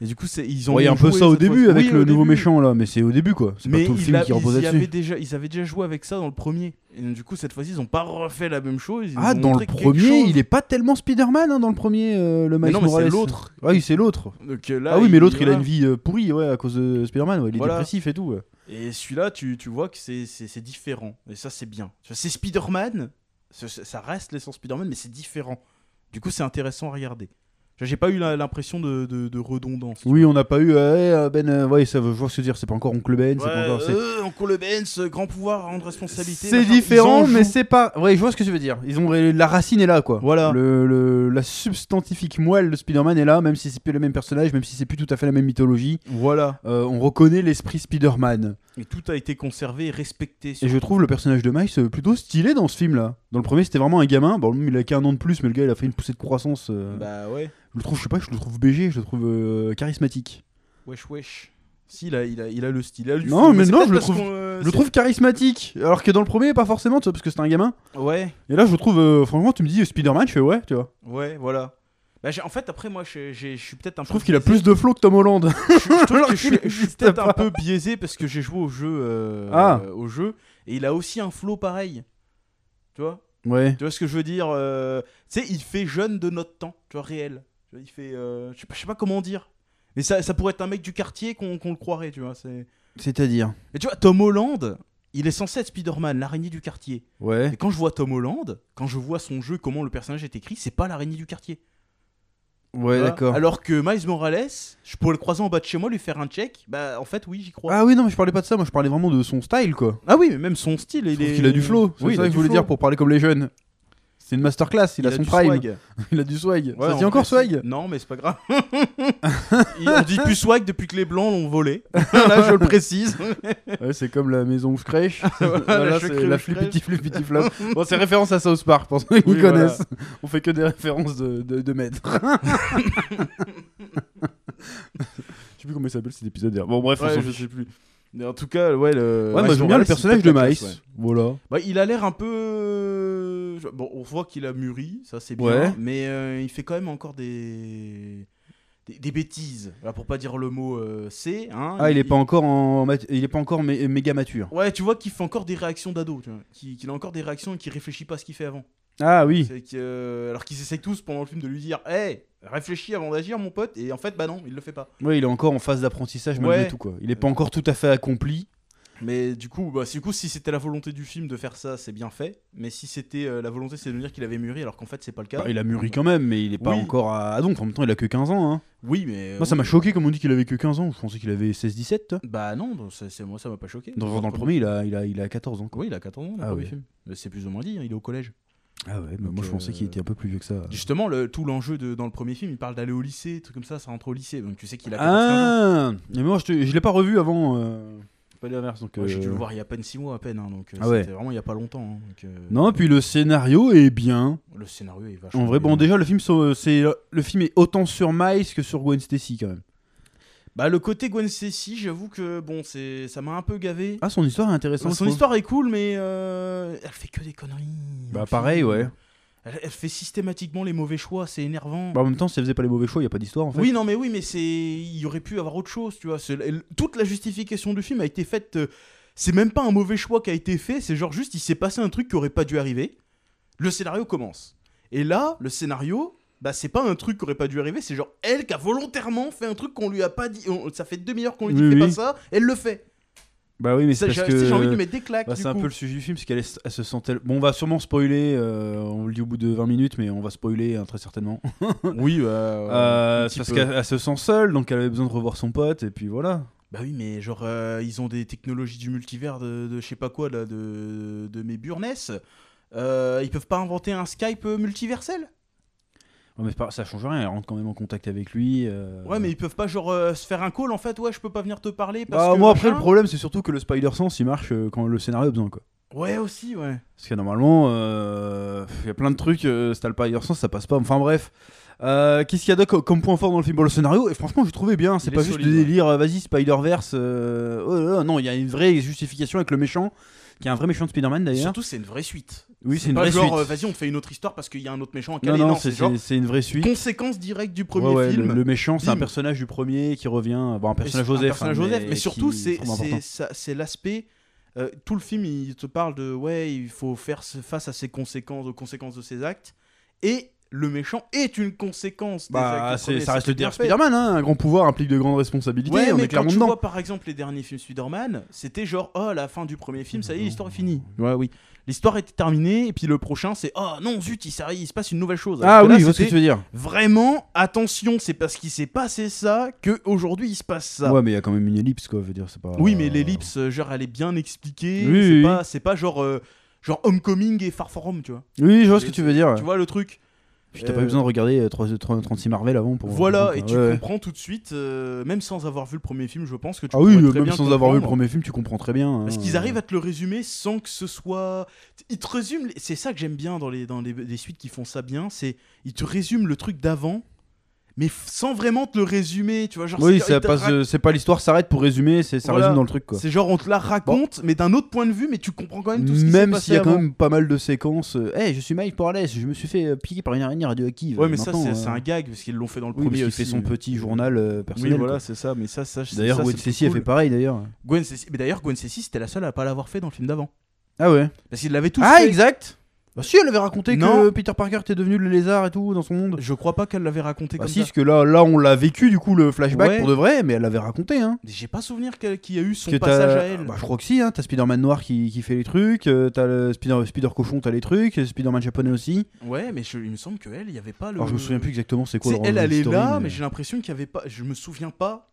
Et du coup, c'est- ils
Il
ont.
y a un peu
joué
ça au
cette
début
fois-
avec
Oui,
le
au
nouveau
début.
méchant là, mais c'est au début quoi. C'est pas
Mais
tout le
il
film
a-
qui repose
ils, y avaient
là-dessus.
déjà, ils avaient déjà joué avec ça dans le premier. Et donc, du coup, cette fois-ci, ils ont pas refait la même chose. ils
Ah,
nous ont
dans le
montré quelque
premier,
chose.
il est pas tellement Spider-Man hein, dans le premier, euh, le
Mais
Miles
non, mais c'est
Morales.
l'autre.
Ouais, oui, c'est l'autre.
Donc, euh, là,
Ah oui, mais l'autre, il a
voilà.
une vie euh, pourrie ouais, à cause de Spider-Man. ouais, il est
Voilà.
dépressif et tout. ouais.
Et celui-là, tu, tu vois que c'est- c'est c'est différent. Et ça, c'est bien. Tu vois, C'est Spider-Man. Ça- Ça ça reste l'essence Spider-Man, mais c'est différent. Du coup, c'est intéressant à regarder. Tu vois, J'ai pas eu la- l'impression de, de, de redondance.
Oui, on n'a pas eu. euh, eh, euh, ben, euh, ouais, ça veut, je vois ce que dire. C'est pas encore Oncle Ben, c'est pas
Ouais,
encore. c'est-
euh, Uncle Ben, ce grand pouvoir, rendre responsabilité.
C'est
machin. Ils en
différent,
jouent.
mais c'est pas. Ouais, je vois ce que tu veux dire. Ils ont la racine est là, quoi.
Voilà.
Le, le- la substantifique moelle de Spider-Man est là, même si c'est plus le même personnage, même si c'est plus tout à fait la même mythologie.
Voilà.
Euh, on reconnaît l'esprit Spider-Man.
Et tout a été conservé et respecté.
Et je trouve le personnage de Miles euh, plutôt stylé dans ce film-là. Dans le premier, c'était vraiment un gamin. Bon, lui, il a qu'un an de plus, mais le gars, il a fait une poussée de croissance. euh.
Bah ouais.
Je le trouve, je sais pas, je le trouve BG, je le trouve euh, charismatique.
Wesh wesh. Si, il a, il a, il a le style. il a du
Non,
fond,
mais
c'est
non,
peut-être
je le
parce
trouve-
qu'on, euh,
Je le trouve charismatique, alors que dans le premier, pas forcément, tu vois, parce que c'est un gamin.
c'est- Ouais,
Et là, je le trouve, euh, franchement, tu me dis euh, Spider-Man, je fais ouais, tu vois.
ouais, voilà. Bah, j'ai- en fait, après, moi, je je- je suis peut-être un
Je trouve qu'il a plus de flow que Tom Holland.
je trouve
Alors
que je
qu'il
suis- je suis
n'existe
peut-être
pas.
un peu biaisé parce que j'ai joué au jeu, euh,
Ah.
euh, au jeu, et il a aussi un flow pareil. Tu vois
Ouais.
Tu vois ce que je veux dire euh, Tu sais, il fait jeune de notre temps, tu vois, réel. Tu vois, Il fait, euh, je sais pas, je sais pas comment dire. Mais ça, ça pourrait être un mec du quartier qu'on qu'on le croirait, tu vois. c'est-
C'est-à-dire
Et tu vois, Tom Holland, il est censé être Spider-Man, l'araignée du quartier.
Ouais.
Et quand je vois Tom Holland, quand je vois son jeu, comment le personnage est écrit, c'est pas l'araignée du quartier.
Ouais,
Voilà.
d'accord.
Alors que Miles Morales, je pourrais le croiser en bas de chez moi, lui faire un check. Bah, en fait, oui, j'y crois. Ah,
Ah oui, non, mais je parlais pas de ça, moi je parlais vraiment de son style, quoi.
oui, mais même son style,
Je
il
trouve
est.
qu'il a du flow, c'est
Oui, il
ça
a
que
du
je voulais
flow.
dire pour parler comme les jeunes. C'est une masterclass, il, a son
du
prime,
swag.
il a du swag.
Ouais,
ça se dit
en
encore
vrai, c'est-
swag
Non, mais c'est pas grave. Il- on dit plus swag depuis que les blancs l'ont volé. Là, je le précise.
Ouais, c'est comme la maison où je crèche. voilà,
la
c'est
choucroute
la
où je crèche.
flippity flippity flop. Bon, c'est référence à South Park, pour ceux qui
Oui, voilà.
connaissent. On fait que des références de, de, de maître. je sais plus comment il s'appelle cet épisode d'ailleurs. Bon, bref, on
Ouais,
s'en
je
fiche.
sais plus. Mais en tout cas, ouais, le.
Ouais, moi
Miles
j'aime bien le
Morales,
personnage
il pète
de
la
Miles.
classe, ouais.
Voilà.
Bah, il a l'air un peu. Bon, on voit qu'il a mûri, ça c'est bien.
Ouais.
Mais euh, il fait quand même encore des. Des, des bêtises. Voilà, pour pas dire le mot euh, C. Hein,
Ah, il est pas encore en mat- il est pas encore mé- méga mature.
Ouais, tu vois qu'il fait encore des réactions d'ado. tu vois, Qu'il qu'il a encore des réactions et qu'il réfléchit pas à ce qu'il fait avant.
Ah oui.
C'est que, euh, alors qu'ils essayent tous pendant le film de lui dire Hey, réfléchis avant d'agir, mon pote. Et en fait, bah non, il le fait pas.
Ouais, il est encore en phase d'apprentissage malgré
Ouais.
tout quoi. Il est pas encore tout à fait accompli.
Mais du coup, bah, si- du coup, si c'était la volonté du film de faire ça, c'est bien fait. Mais si c'était euh, la volonté, c'est de dire qu'il avait mûri, alors qu'en fait, c'est pas le cas.
Bah, il a mûri quand même, mais il est pas
Oui.
encore à... ah donc. En même temps, il a que 15 ans. Hein.
Oui, mais.
Moi, ça m'a choqué comme on dit qu'il avait que 15 ans. Je pensais qu'il avait 16-17. toi.
Bah non, bah, c'est c'est- moi, ça m'a pas choqué.
Dans, dans le premier, il a, il a, il a 14 ans. Quoi.
Oui, il a 14 ans, le
Ah
premier
oui.
film. Mais C'est plus ou moins dit, hein, il est au collège.
Ah ouais, mais
Donc,
moi je pensais qu'il
euh,
était un peu plus vieux que ça.
Justement, le, tout l'enjeu de- dans le premier film, il parle d'aller au lycée, trucs comme ça, ça rentre au lycée. Donc tu sais qu'il a 14 ans.
Ah, mais moi je, te- je l'ai pas revu avant. euh, Pas l'inverse donc.
Moi, J'ai dû
euh,
le voir il y a à peine 6 mois à peine, hein, donc euh,
Ah ouais.
c'était vraiment il y a pas longtemps. hein, donc, euh,
Non, puis le scénario est bien.
Le scénario est vachement.
En vrai,
bien.
bon, déjà le film, so- c'est le film est autant sur Miles que sur Gwen Stacy quand même.
Bah, le côté Gwen Stacy, j'avoue que bon, c'est ça m'a un peu gavé.
Ah, son histoire est
Son
intéressante. je trouve.
histoire est cool, mais euh, elle fait que des conneries. dans
Bah
le
pareil,
film.
ouais.
Elle, elle fait systématiquement les mauvais choix, c'est énervant.
Bah, en même temps, si elle faisait pas les mauvais choix, y a pas d'histoire en fait.
Oui, non, mais oui, mais c'est. Il y aurait pu avoir autre chose, tu vois. C'est- elle- Toute la justification du film a été faite. euh, C'est même pas un mauvais choix qui a été fait, c'est genre juste, il s'est passé un truc qui aurait pas dû arriver. Le scénario commence. Et là, le scénario, bah, c'est pas un truc qui aurait pas dû arriver, c'est genre elle qui a volontairement fait un truc qu'on lui a pas dit. on- Ça fait demi heure qu'on lui dit
Oui,
fais
oui.
pas ça, elle le fait.
Bah oui, mais
Ça,
c'est
J'ai
parce que.
j'ai envie de lui mettre des claques.
Bah,
du
c'est un
coup.
peu le sujet du film, c'est qu'elle est- elle se sentait. Bon, on va sûrement spoiler, euh, on le dit au bout de 20 minutes, mais on va spoiler hein, très certainement.
Oui, bah,
Euh,
un
c'est
petit
parce
peu.
qu'elle elle se sent seule, donc elle avait besoin de revoir son pote, et puis voilà.
Bah oui, mais genre, euh, ils ont des technologies du multivers de, de je sais pas quoi, là, de, de mes burnes. Euh, ils peuvent pas inventer un Skype euh, multiversel
Ouais, mais c'est pas- ça change rien, elle rentre quand même en contact avec lui. euh.
Ouais, mais ils peuvent pas, genre, euh, se faire un call en fait. Ouais, je peux pas venir te parler parce
Bah,
que.
moi, après, le
machin.
problème, c'est surtout que le Spider-Sense il marche euh, quand le scénario a besoin, quoi.
Ouais, aussi, ouais.
Parce que normalement, il y a plein de trucs, euh, si t'as le Spider-Sense, ça passe pas. Enfin, bref. Euh, Qu'est-ce qu'il y a d'autre co- comme point fort dans le film Bon, Le scénario, et franchement, je trouvais bien. C'est
Il
pas
est
juste
solide,
de
ouais.
délire, euh, vas-y, Spider-Verse. euh, oh, oh, non, il y a une vraie justification avec le méchant, qui est un vrai méchant de Spider-Man d'ailleurs.
Surtout, c'est une vraie suite.
Oui, hein c'est une
pas
vraie
genre,
suite.
euh, vas-y, on te fait une autre histoire parce qu'il y a un autre méchant à
non,
caler.
non,
c'est
c'est
genre.
c'est- c'est une vraie suite.
Conséquence directe du premier
Ouais, ouais,
film.
Le, le méchant, c'est un
Bim.
personnage du premier qui revient. Bon, un personnage
Un
Joseph.
personnage
hein,
Joseph, mais,
qui-
surtout, c'est-
vraiment important.
c'est ça- c'est l'aspect. euh, tout le film, il te parle de ouais, il faut faire ce- face à ses conséquences, aux conséquences de ses actes, et le méchant est une conséquence. des
Bah,
actes
c'est-
premiers,
ça reste
très
le dire
bien fait.
Spider-Man, hein, un grand pouvoir implique de grandes responsabilités,
Ouais,
on
mais
est
quand
clairement
tu
dedans.
vois par exemple les derniers films Spider-Man, c'était genre oh la fin du premier film, ça y est, l'histoire est finie. Ouais, oui. L'histoire était terminée, et puis le prochain c'est oh non zut, il, s'arrive- il se passe une nouvelle chose.
Ah
Alors que
oui,
là,
je vois ce que
c'était
tu veux dire.
Vraiment, attention, c'est parce qu'il s'est passé ça que aujourd'hui il se passe ça.
Ouais, mais il y a quand même une ellipse, quoi. je veux dire, c'est pas.
Oui, mais l'ellipse, euh, genre, elle est bien expliquée.
Oui,
c'est
oui,
pas, c'est pas genre, euh, genre Homecoming et Far From Home, tu vois.
Oui, je vois ce que tu veux dire. ouais.
Tu vois le truc.
Puis t'as pas
Euh,
eu besoin de regarder euh, 3, 36 Marvel avant pour.
voilà,
pour-
et tu
ouais.
comprends tout de suite, euh, même sans avoir vu le premier film, je pense que tu.
Ah oui,
pourrais très
même
bien
sans avoir vu le
comprendre.
premier film, tu comprends très bien. hein.
Parce qu'ils arrivent à te le résumer sans que ce soit. Ils te résument. les- C'est ça que j'aime bien dans les dans les, les suites qui font ça bien, c'est ils te résument le truc d'avant, mais f- sans vraiment te le résumer, tu vois. Genre,
Oui,
c'est-
ça
ils te
passe.
racontent-
de- C'est pas l'histoire s'arrête pour résumer, c'est ça
Voilà.
résume dans le truc, quoi.
C'est genre on te la raconte, mais d'un autre point de vue, mais tu comprends quand même tout ce qui s'est
Même
passé
s'il y a quand
avant.
même pas mal de séquences. euh, Eh, je suis Mike Porales, je me suis fait euh, piquer par une araignée radioactive.
Ouais, mais ça,
Maintenant,
c'est
euh,
c'est un gag, parce qu'ils l'ont fait dans le
Oui,
premier
mais il
aussi.
fait son petit journal euh, personnel.
oui, voilà,
quoi.
c'est ça, mais ça, ça, c'est-
D'ailleurs,
ça,
Gwen
c'est le
Stacy a
plus
fait
cool.
pareil, d'ailleurs.
Gwen Stacy- Mais d'ailleurs, Gwen Stacy, c'était la seule à pas l'avoir fait dans le film d'avant.
Ah ouais.
Parce qu'ils l'avaient tous
ah,
fait.
exact Bah si, elle avait raconté que
Non.
Peter Parker était devenu le lézard et tout dans son monde.
Je crois pas qu'elle l'avait raconté
Bah
comme
si,
ça.
parce que là, là on l'a vécu du coup le flashback
Ouais.
pour de vrai, mais elle l'avait raconté. Hein.
Mais J'ai pas souvenir qu'elle- qu'il y a eu son
Que t'as-
passage à elle.
Bah, je crois que si, hein. t'as Spider-Man noir qui, qui fait les trucs, euh, t'as le Spider, Spider cochon, t'as les trucs, euh, Spider-Man japonais aussi.
Ouais, mais je- il me semble qu'elle, il y avait pas le.
bah. Alors je me souviens plus exactement c'est
Tu
quoi.
sais,
leur
elle, elle est
story,
là, mais j'ai l'impression qu'il y avait pas. Je me souviens pas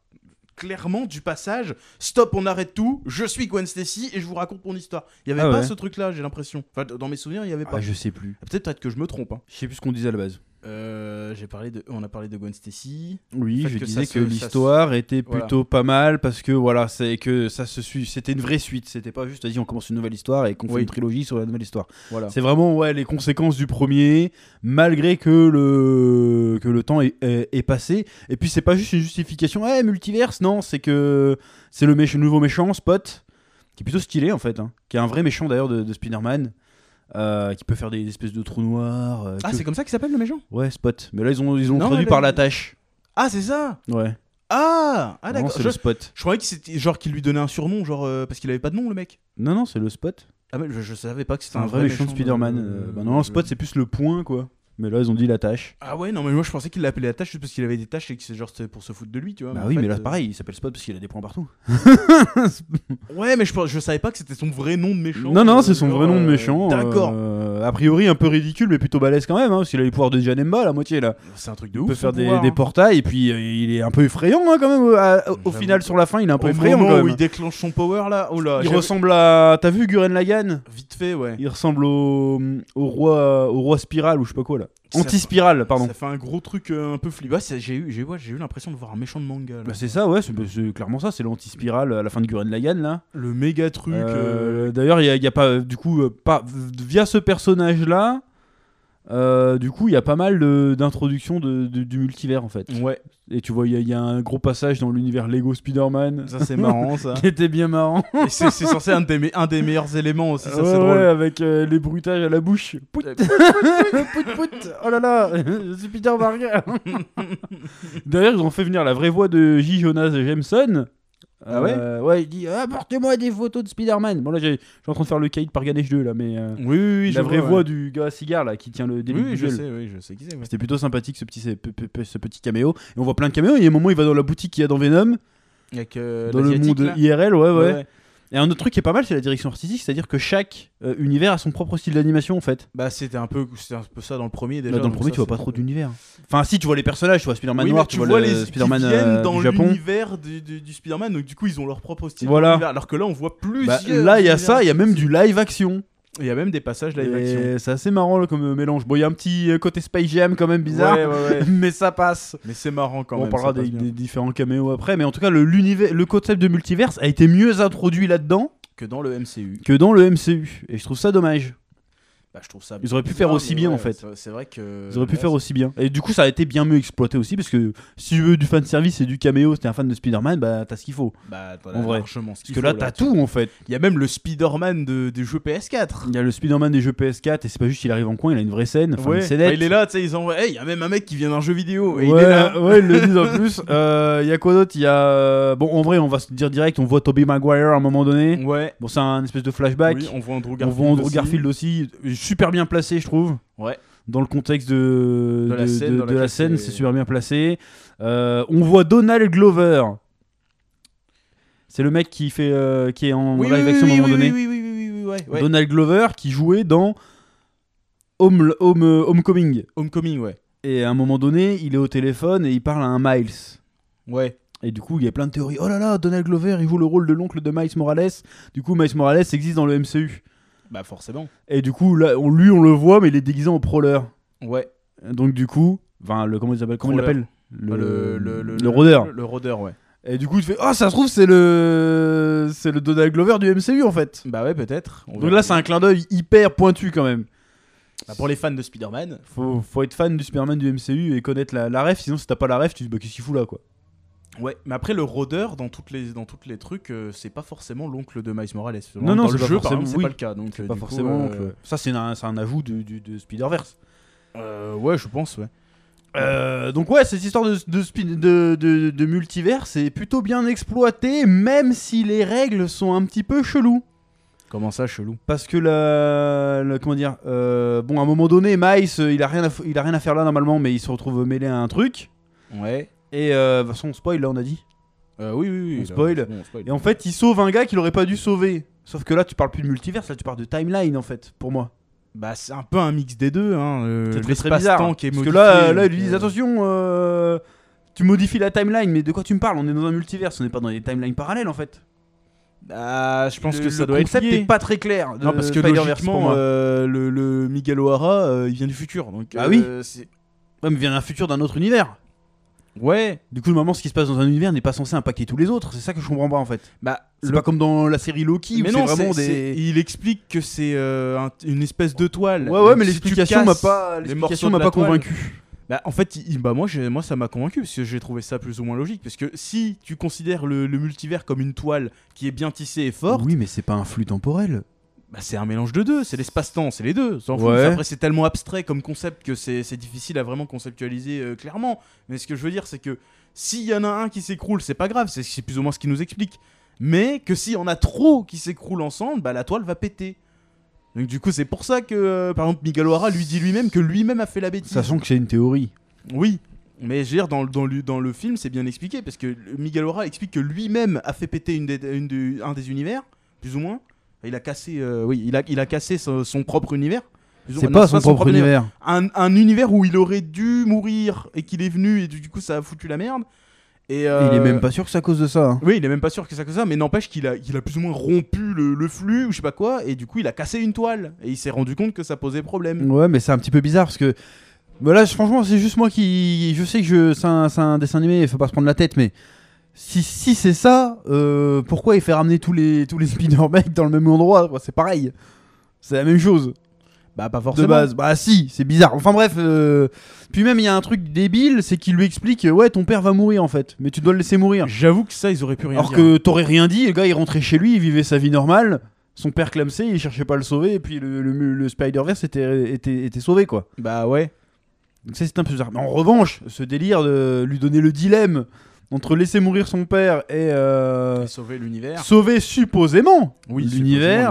clairement du passage. Stop, on arrête tout. Je suis Gwen Stacy et je vous raconte mon histoire. Il y avait
Ah
pas
ouais.
ce truc-là, j'ai l'impression. Enfin, d- dans mes souvenirs, il y avait
Ah,
pas.
je sais plus.
Peut-être peut-être que je me trompe. hein.
Je sais plus ce qu'on disait à la base.
Euh, j'ai parlé de, on a parlé de Gwen Stacy.
Oui,
Fait
je
que
disais
ça
que
se- ça
l'histoire était
Voilà.
plutôt pas mal parce que voilà, c'est que ça se suit. C'était une vraie suite, c'était pas juste vas-y on commence une nouvelle histoire et qu'on fait
Oui.
une trilogie sur la nouvelle histoire.
Voilà.
C'est vraiment ouais, les conséquences du premier, malgré que le, que le temps est, est- est passé. Et puis, c'est pas juste une justification, ouais, multiverse, non, c'est que c'est le, méch- nouveau méchant, Spot, qui est plutôt stylé en fait, hein, qui est un vrai méchant d'ailleurs de, de Spider-Man, euh, qui peut faire des, espèces de trous noirs. euh,
Ah,
que-
c'est comme ça qu'il s'appelle le méchant
Ouais, Spot. Mais là, ils ont, ils ont
Non,
traduit
mais
par
le-
la tâche.
Ah, c'est ça
Ouais,
Ah Ah,
Vraiment,
d'accord.
c'est
Je,
le Spot.
je croyais que c'était genre qu'il lui donnait un surnom, genre euh, parce qu'il avait pas de nom, le mec.
Non, non, c'est le Spot.
Ah, mais je, je savais pas que
C'est
c'était
un vrai méchant de Spider-Man. Euh, bah, normalement, Spot, c'est plus le point, quoi. Mais là, ils ont dit la tâche.
Ah ouais, non, mais moi je pensais qu'il l'appelait la tâche juste parce qu'il avait des tâches et que c'est genre c'était pour se foutre de lui, tu vois.
Bah
mais en
oui,
fait,
mais là,
euh,
pareil, il s'appelle Spot parce qu'il a des points partout.
Ouais, mais je, pense- je savais pas que c'était son vrai nom de méchant.
Non, non,
euh,
c'est son
genre,
vrai nom de
euh,
méchant.
D'accord.
euh, a priori, un peu ridicule, mais plutôt balèze quand même, hein, parce qu'il a les pouvoirs de Janemba, la moitié, là.
C'est un truc de
Il
ouf.
peut
son
faire des,
pouvoir,
des
hein.
portails, et puis euh, il est un peu effrayant, hein, quand même. au- à- au- Au
J'avoue.
final, sur la fin, il est un peu
Au
effrayant,
moment
quand
où
même.
il déclenche son power là, oh là,
Il
j'avais-
ressemble à. T'as vu Guren Lagan
vite fait, ouais.
Il ressemble au, au roi au roi spirale ou je sais pas quoi là.
Ça-
Anti-spirale, pardon.
Ça fait un gros truc euh, un peu flippant. Ouais, c'est- j'ai eu, j'ai ouais, j'ai eu l'impression de voir un méchant de manga. là.
Bah c'est ça, ouais, c'est c'est clairement ça, c'est l'anti-spirale à la fin de Guren Lagan là.
le méga truc. euh,
Euh, D'ailleurs, il y a- il y, a pas, du coup, euh, pas via ce personnage là, du coup, il y a pas mal de- d'introductions de- de- du multivers en fait.
Ouais,
Et tu vois, il y, a- il y a un gros passage dans l'univers Lego Spider-Man
ça c'est marrant ça.
qui était bien marrant.
Et c'est c'est censé un des, me- un des meilleurs éléments aussi, ça
Ouais,
c'est
ouais,
drôle.
avec euh, les bruitages à la bouche. Pout, pout, pout. Oh là là, je suis Peter Parker. D'ailleurs, ils ont fait venir la vraie voix de J. Jonas Jameson.
Ah ouais
Euh, Ouais, il dit Apportez-moi des photos de Spider-Man. Bon, là, j'ai- je suis en train de faire le caïd par Ganesh 2, là, mais. euh,
Oui, oui, oui.
la
je
vraie
vois,
voix
ouais.
du gars à cigare, là, qui tient le début
Oui, oui, je sais, oui, je sais qui c'est. ouais.
C'était plutôt sympathique ce petit, ce, pe- pe- ce petit caméo. Et on voit plein de caméos. Il y a un moment, il va dans la boutique qu'il y a dans Venom,
Avec euh,
dans le
l'asiatique,
monde
là.
IRL, ouais, ouais.
Ouais, ouais.
Et un autre truc qui est pas mal, c'est la direction artistique, c'est-à-dire que chaque euh, univers a son propre style d'animation en fait.
Bah c'était un peu, c'était un peu ça dans le premier déjà.
Là, dans le
donc
premier,
ça,
tu vois
c'est-
pas trop d'univers. Enfin, si, tu vois les personnages, tu vois Spider-Man
Oui, mais
noir, tu, vois,
les
le
qui
Spider-Man
viennent
euh,
dans
du Japon.
l'univers du, du- du Spider-Man, donc du coup ils ont leur propre style.
Voilà.
d'univers, Alors que là on voit
Bah,
plusieurs.
là, il y a
univers.
ça, il y a même du live action.
Il y a même des passages live action.
Et C'est assez marrant là, comme euh, mélange. Bon, il y a un petit euh, côté Space Jam quand même bizarre,
Ouais, ouais, ouais.
mais ça passe.
Mais c'est marrant quand
Bon,
même.
on parlera
ça
des,
passe bien.
des différents caméos après, mais en tout cas, le, l'univers- le concept de multiverse a été mieux introduit là-dedans
que dans le MCU.
que dans le MCU. Et je trouve ça dommage.
Bah, je trouve ça.
Ils auraient pu faire
bizarre,
aussi
mais
bien,
ouais,
en fait.
c'est- C'est vrai que.
Ils auraient pu
ouais,
faire aussi bien. Et du coup, ça a été bien mieux exploité aussi, parce que si tu veux du fan service et du caméo, si t'es un fan de Spider-Man, bah t'as ce qu'il faut.
Bah, t'en
En
as
vrai.
largement. ce
Parce
qu'il
que
faut,
là, t'as tout en fait.
Il y a même le Spider-Man de, des jeux PS4.
Il y a le Spider-Man des jeux PS4, et c'est pas juste qu'il arrive en coin, il a une vraie scène. Enfin, une scénette.
Bah, il est là, tu sais, ils envoient. Hey, il y a même un mec qui vient d'un jeu vidéo.
Ouais, euh,
Et il est là.
ouais, ils le disent en plus. Euh, Il y a quoi d'autre Il y a. euh, Bon, en vrai, on va se dire direct, on voit Tobey Maguire à un moment donné.
Ouais.
Bon, c'est un espèce de flashback.
Mm. Oui, on voit Andrew
on
Garfield.
voit Andrew
aussi.
Garfield aussi. Super bien placé, je trouve.
Ouais.
Dans le contexte de,
De la scène dans
de
laquelle
la scène,
c'est-
c'est super bien placé. Euh, on voit Donald Glover. C'est le mec qui fait, euh, qui est en
Oui,
live
oui,
action à un
oui,
moment
oui,
donné.
Oui, oui, oui, oui, oui, ouais, ouais.
Donald Glover qui jouait dans Home, Home- euh, Homecoming.
Homecoming, ouais.
Et à un moment donné, il est au téléphone et il parle à un Miles.
Ouais.
Et du coup, il y a plein de théories. Oh là là, Donald Glover, il joue le rôle de l'oncle de Miles Morales. Du coup, Miles Morales existe dans le MCU.
Bah, forcément.
Et du coup, là, on, lui, on le voit, mais il est déguisé en prowler.
Ouais.
Donc du coup, enfin, le, comment il s'appelle Comment il
Roller.
l'appelle
Bah,
le, le rôdeur.
rôdeur. Le rôdeur, ouais.
Et du coup, tu fais Oh, ça se trouve, c'est le c'est le Donald Glover du MCU en fait.
Bah, ouais, peut-être. On
Donc
verra
là,
bien.
c'est un clin d'œil hyper pointu quand même.
Bah, pour les fans de Spider-Man.
Faut, faut être fan du Superman du MCU et connaître la, la ref, sinon si t'as pas la ref, tu te dis bah qu'est-ce qu'il fout là quoi.
Ouais, mais après le rôdeur dans toutes les dans toutes les trucs, euh, c'est pas forcément l'oncle de Miles Morales.
Non, non,
dans
c'est
le
pas
jeu par
forcément-
exemple, c'est
oui.
pas le cas. Donc euh,
Pas
du coup,
forcément.
euh,
donc, euh, Ça c'est un, c'est un ajout du, du- de Spider-Verse.
euh, ouais, je pense ouais.
Euh, donc ouais, cette histoire de, de, spin- de, de- de multivers est plutôt bien exploitée, même si les règles sont un petit peu cheloues.
Comment ça chelou
Parce que la, la- comment dire, euh, bon à un moment donné, Miles, euh, il a rien, à, f- il a rien à faire là normalement, mais il se retrouve mêlé à un truc.
Ouais.
Et euh, de toute façon, on spoil là, on a dit.
Euh, oui, oui, oui.
On
là,
spoil.
c'est bon, on spoil.
Et en fait, il sauve un gars qu'il aurait pas dû sauver. Sauf que là, tu parles plus de multivers, là, tu parles de timeline en fait, pour moi.
Bah c'est un peu un mix des deux. Hein, euh,
C'est très, très
l'espace-temps
bizarre.
qui est
parce que
modifié,
là, euh, là, ils
donc,
lui disent
euh,
attention, euh, tu modifies la timeline, mais de quoi tu me parles On est dans un multivers, on n'est pas dans des timelines parallèles en fait.
bah, je pense
Le-
que ça
le
doit être
concept
lié.
est pas très clair. de
Non parce que
Spider-Verse, pour
logiquement
moi.
euh, le, le Miguel O'Hara euh, il vient du futur donc.
Ah
euh,
oui.
c'est-
Ouais, mais vient d'un futur d'un autre univers.
Ouais.
Du coup, le moment, ce qui se passe dans un univers n'est pas censé impacter tous les autres. C'est ça que je comprends pas en fait.
Bah
C'est pas comme dans la série Loki
mais
où
non,
c'est vraiment
c'est-
des.
c'est- il explique que c'est euh, un- une espèce de toile.
Ouais, ouais,
Donc,
mais
si tu
l'explication m'a
casses
pas,
les morceaux
l'explication
de
m'a
la
pas
toile-
convaincu.
Bah, en fait, il- bah, moi, j'ai- moi, ça m'a convaincu parce que j'ai trouvé ça plus ou moins logique. Parce que si tu considères le, le multivers comme une toile qui est bien tissée et forte,
Oui, mais c'est pas un flux temporel.
bah, c'est un mélange de deux. C'est l'espace-temps, c'est les deux. s'en fout.
Ouais.
Après, c'est tellement abstrait comme concept que c'est c'est difficile à vraiment conceptualiser euh, clairement. Mais ce que je veux dire, c'est que s'il y en a un qui s'écroule, c'est pas grave. C'est- C'est plus ou moins ce qui nous explique. Mais que s'il y en a trop qui s'écroulent ensemble, bah, la toile va péter. Donc du coup, c'est pour ça que, euh, par exemple, Migalohara lui dit lui-même que lui-même a fait la bêtise.
Sachant que c'est une théorie.
Oui. Mais je veux dire, dans, le- dans, le, dans le film, c'est bien expliqué, parce que le- Migalora explique que lui-même a fait péter une des- une des- un des univers, plus ou moins. Il a cassé, euh, oui, il a, il a cassé son, son propre univers. plus ou-
C'est
non,
pas son propre univers.
Un, un univers où il aurait dû mourir et qu'il est venu, et du, du coup, ça a foutu la merde. Et,
Il est
euh,
même pas sûr que c'est à cause de ça. hein.
oui, il est même pas sûr que ça que ça, mais n'empêche qu'il a, il a plus ou moins rompu le, le flux ou je sais pas quoi, et du coup il a cassé une toile et il s'est rendu compte que ça posait problème.
Ouais, mais c'est un petit peu bizarre parce que. Bah là, je- franchement, c'est juste moi qui. Je sais que je... c'est un, c'est un dessin animé, il faut pas se prendre la tête, mais. Si, si c'est ça, euh, pourquoi il fait ramener tous les, tous les Spider-Mecs dans le même endroit quoi C'est pareil. C'est la même chose.
Bah pas
de base. Bah si, c'est bizarre. Enfin bref, euh, puis même il y a un truc débile, c'est qu'il lui explique euh, ouais ton père va mourir en fait, mais tu dois le laisser mourir.
J'avoue que ça ils auraient pu
Mmh.
rien
Alors
dire.
que t'aurais rien dit, le gars il rentrait chez lui, il vivait sa vie normale. Son père clamsait, il cherchait pas à le sauver, et puis le, le, le Spider-Verse était, était, était sauvé quoi.
Bah ouais.
Donc ça c'est un peu bizarre. Mais en revanche, ce délire de lui donner le dilemme entre laisser mourir son père et euh,
Sauver l'univers.
sauver supposément l'univers,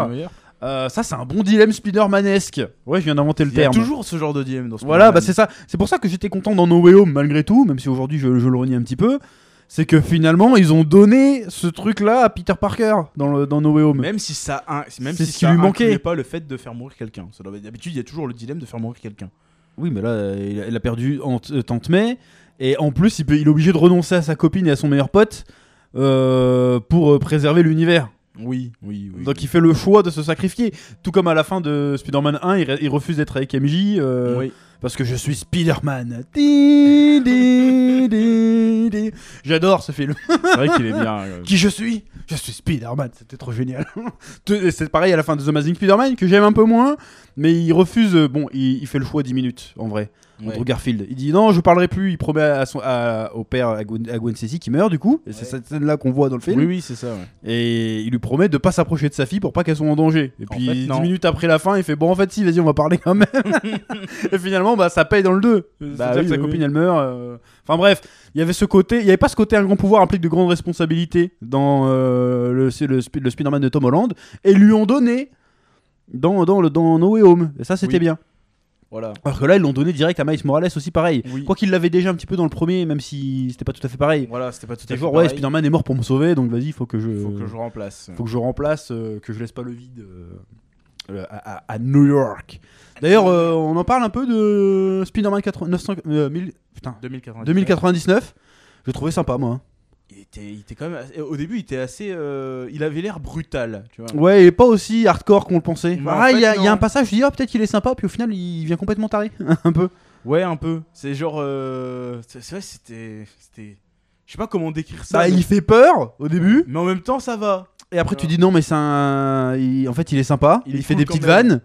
supposément l'univers.
euh, ça c'est un bon dilemme Spider-Manesque. Ouais, je viens d'inventer le
Il y a
terme.
toujours ce genre de DM dans ce
Voilà, bah
programme.
c'est ça. C'est pour ça que j'étais content dans No Way Home malgré tout, même si aujourd'hui je, je le renie un petit peu. C'est que finalement ils ont donné ce truc-là à Peter Parker dans, le, dans No Way Home.
Même si ça, hein, même
C'est
si
ce qui
ça
lui
incluait
manquait.
pas le fait de faire mourir quelqu'un. Ça doit être- D'habitude, il y a toujours le dilemme de faire mourir quelqu'un.
Oui, mais là euh, il a, il a perdu en- euh, Tante May et en plus il, peut- il est obligé de renoncer à sa copine et à son meilleur pote euh, pour euh, préserver l'univers.
Oui, oui, oui.
Donc il fait le choix de se sacrifier, tout comme à la fin de Spider-Man 1, il, re- il refuse d'être avec MJ euh,
oui.
parce que je suis Spider-Man. Di, di, di, di. J'adore ce film.
c'est vrai qu'il est bien. euh,
Qui je suis Je suis Spider-Man, c'était trop génial. Te- et c'est pareil à la fin de The Amazing Spider-Man que j'aime un peu moins, mais il refuse, euh, bon, il, il fait le choix 10 minutes en vrai,
ouais.
entre Garfield. Il dit non, je parlerai plus, il promet à son, à- au père, à Gwen, à Gwen Stacy qui meurt du coup, et c'est
Ouais.
cette scène-là qu'on voit dans le film,
Oui, oui, c'est ça. ouais.
et il lui promet de pas s'approcher de sa fille pour pas qu'elle soit en danger. Et
En
puis
fait,
10
non.
minutes après la fin, il fait bon, en fait, si, vas-y, on va parler quand même. et finalement, bah, ça paye dans le 2.
Bah
C'est-à-dire
oui,
que sa
oui,
copine, elle meurt. euh. Enfin bref, il y avait ce côté, il y avait pas ce côté un grand pouvoir implique de grandes responsabilités dans euh, le, c'est le, Sp- le Spider-Man de Tom Holland, et ils lui ont donné dans, dans, le, dans No Way Home. Et ça, c'était
Oui.
bien.
Voilà.
Alors que là, ils l'ont donné direct à Miles Morales aussi, pareil.
Oui.
Quoi qu'il l'avait déjà un petit peu dans le premier, même si c'était pas tout à fait pareil.
Voilà, c'était pas tout à
C'était
fait.
genre, ouais,
pareil.
Spider-Man est mort pour me sauver, donc vas-y, il faut que je.
euh, Faut que je remplace.
Faut que je remplace, euh, que je laisse pas le vide euh, euh, à, à- à New York. D'ailleurs, euh, on en parle un peu de Spider-Man 80 900 euh, 1000 putain,
2099.
2099. Je le trouvais sympa, moi. hein.
Il était, il était quand même. assez- Au début, il était assez. euh, il avait l'air brutal, tu vois.
Ouais, et pas aussi hardcore qu'on le pensait.
Mais en
Ah, il y, a-
fait,
il y a
non.
un passage, je dis, ah, peut-être qu'il est sympa, puis au final, il vient complètement taré, un peu.
Ouais, un peu. C'est genre. euh, c'est c'est vrai, c'était. C'était. Je sais pas comment décrire ça.
Bah,
mais...
il fait peur au début,
mais en même temps, ça va.
et après,
Ouais.
tu dis, non, mais c'est un. il- En fait, il est sympa, il,
Il est
fait
cool
des
quand
petites
même.
vannes.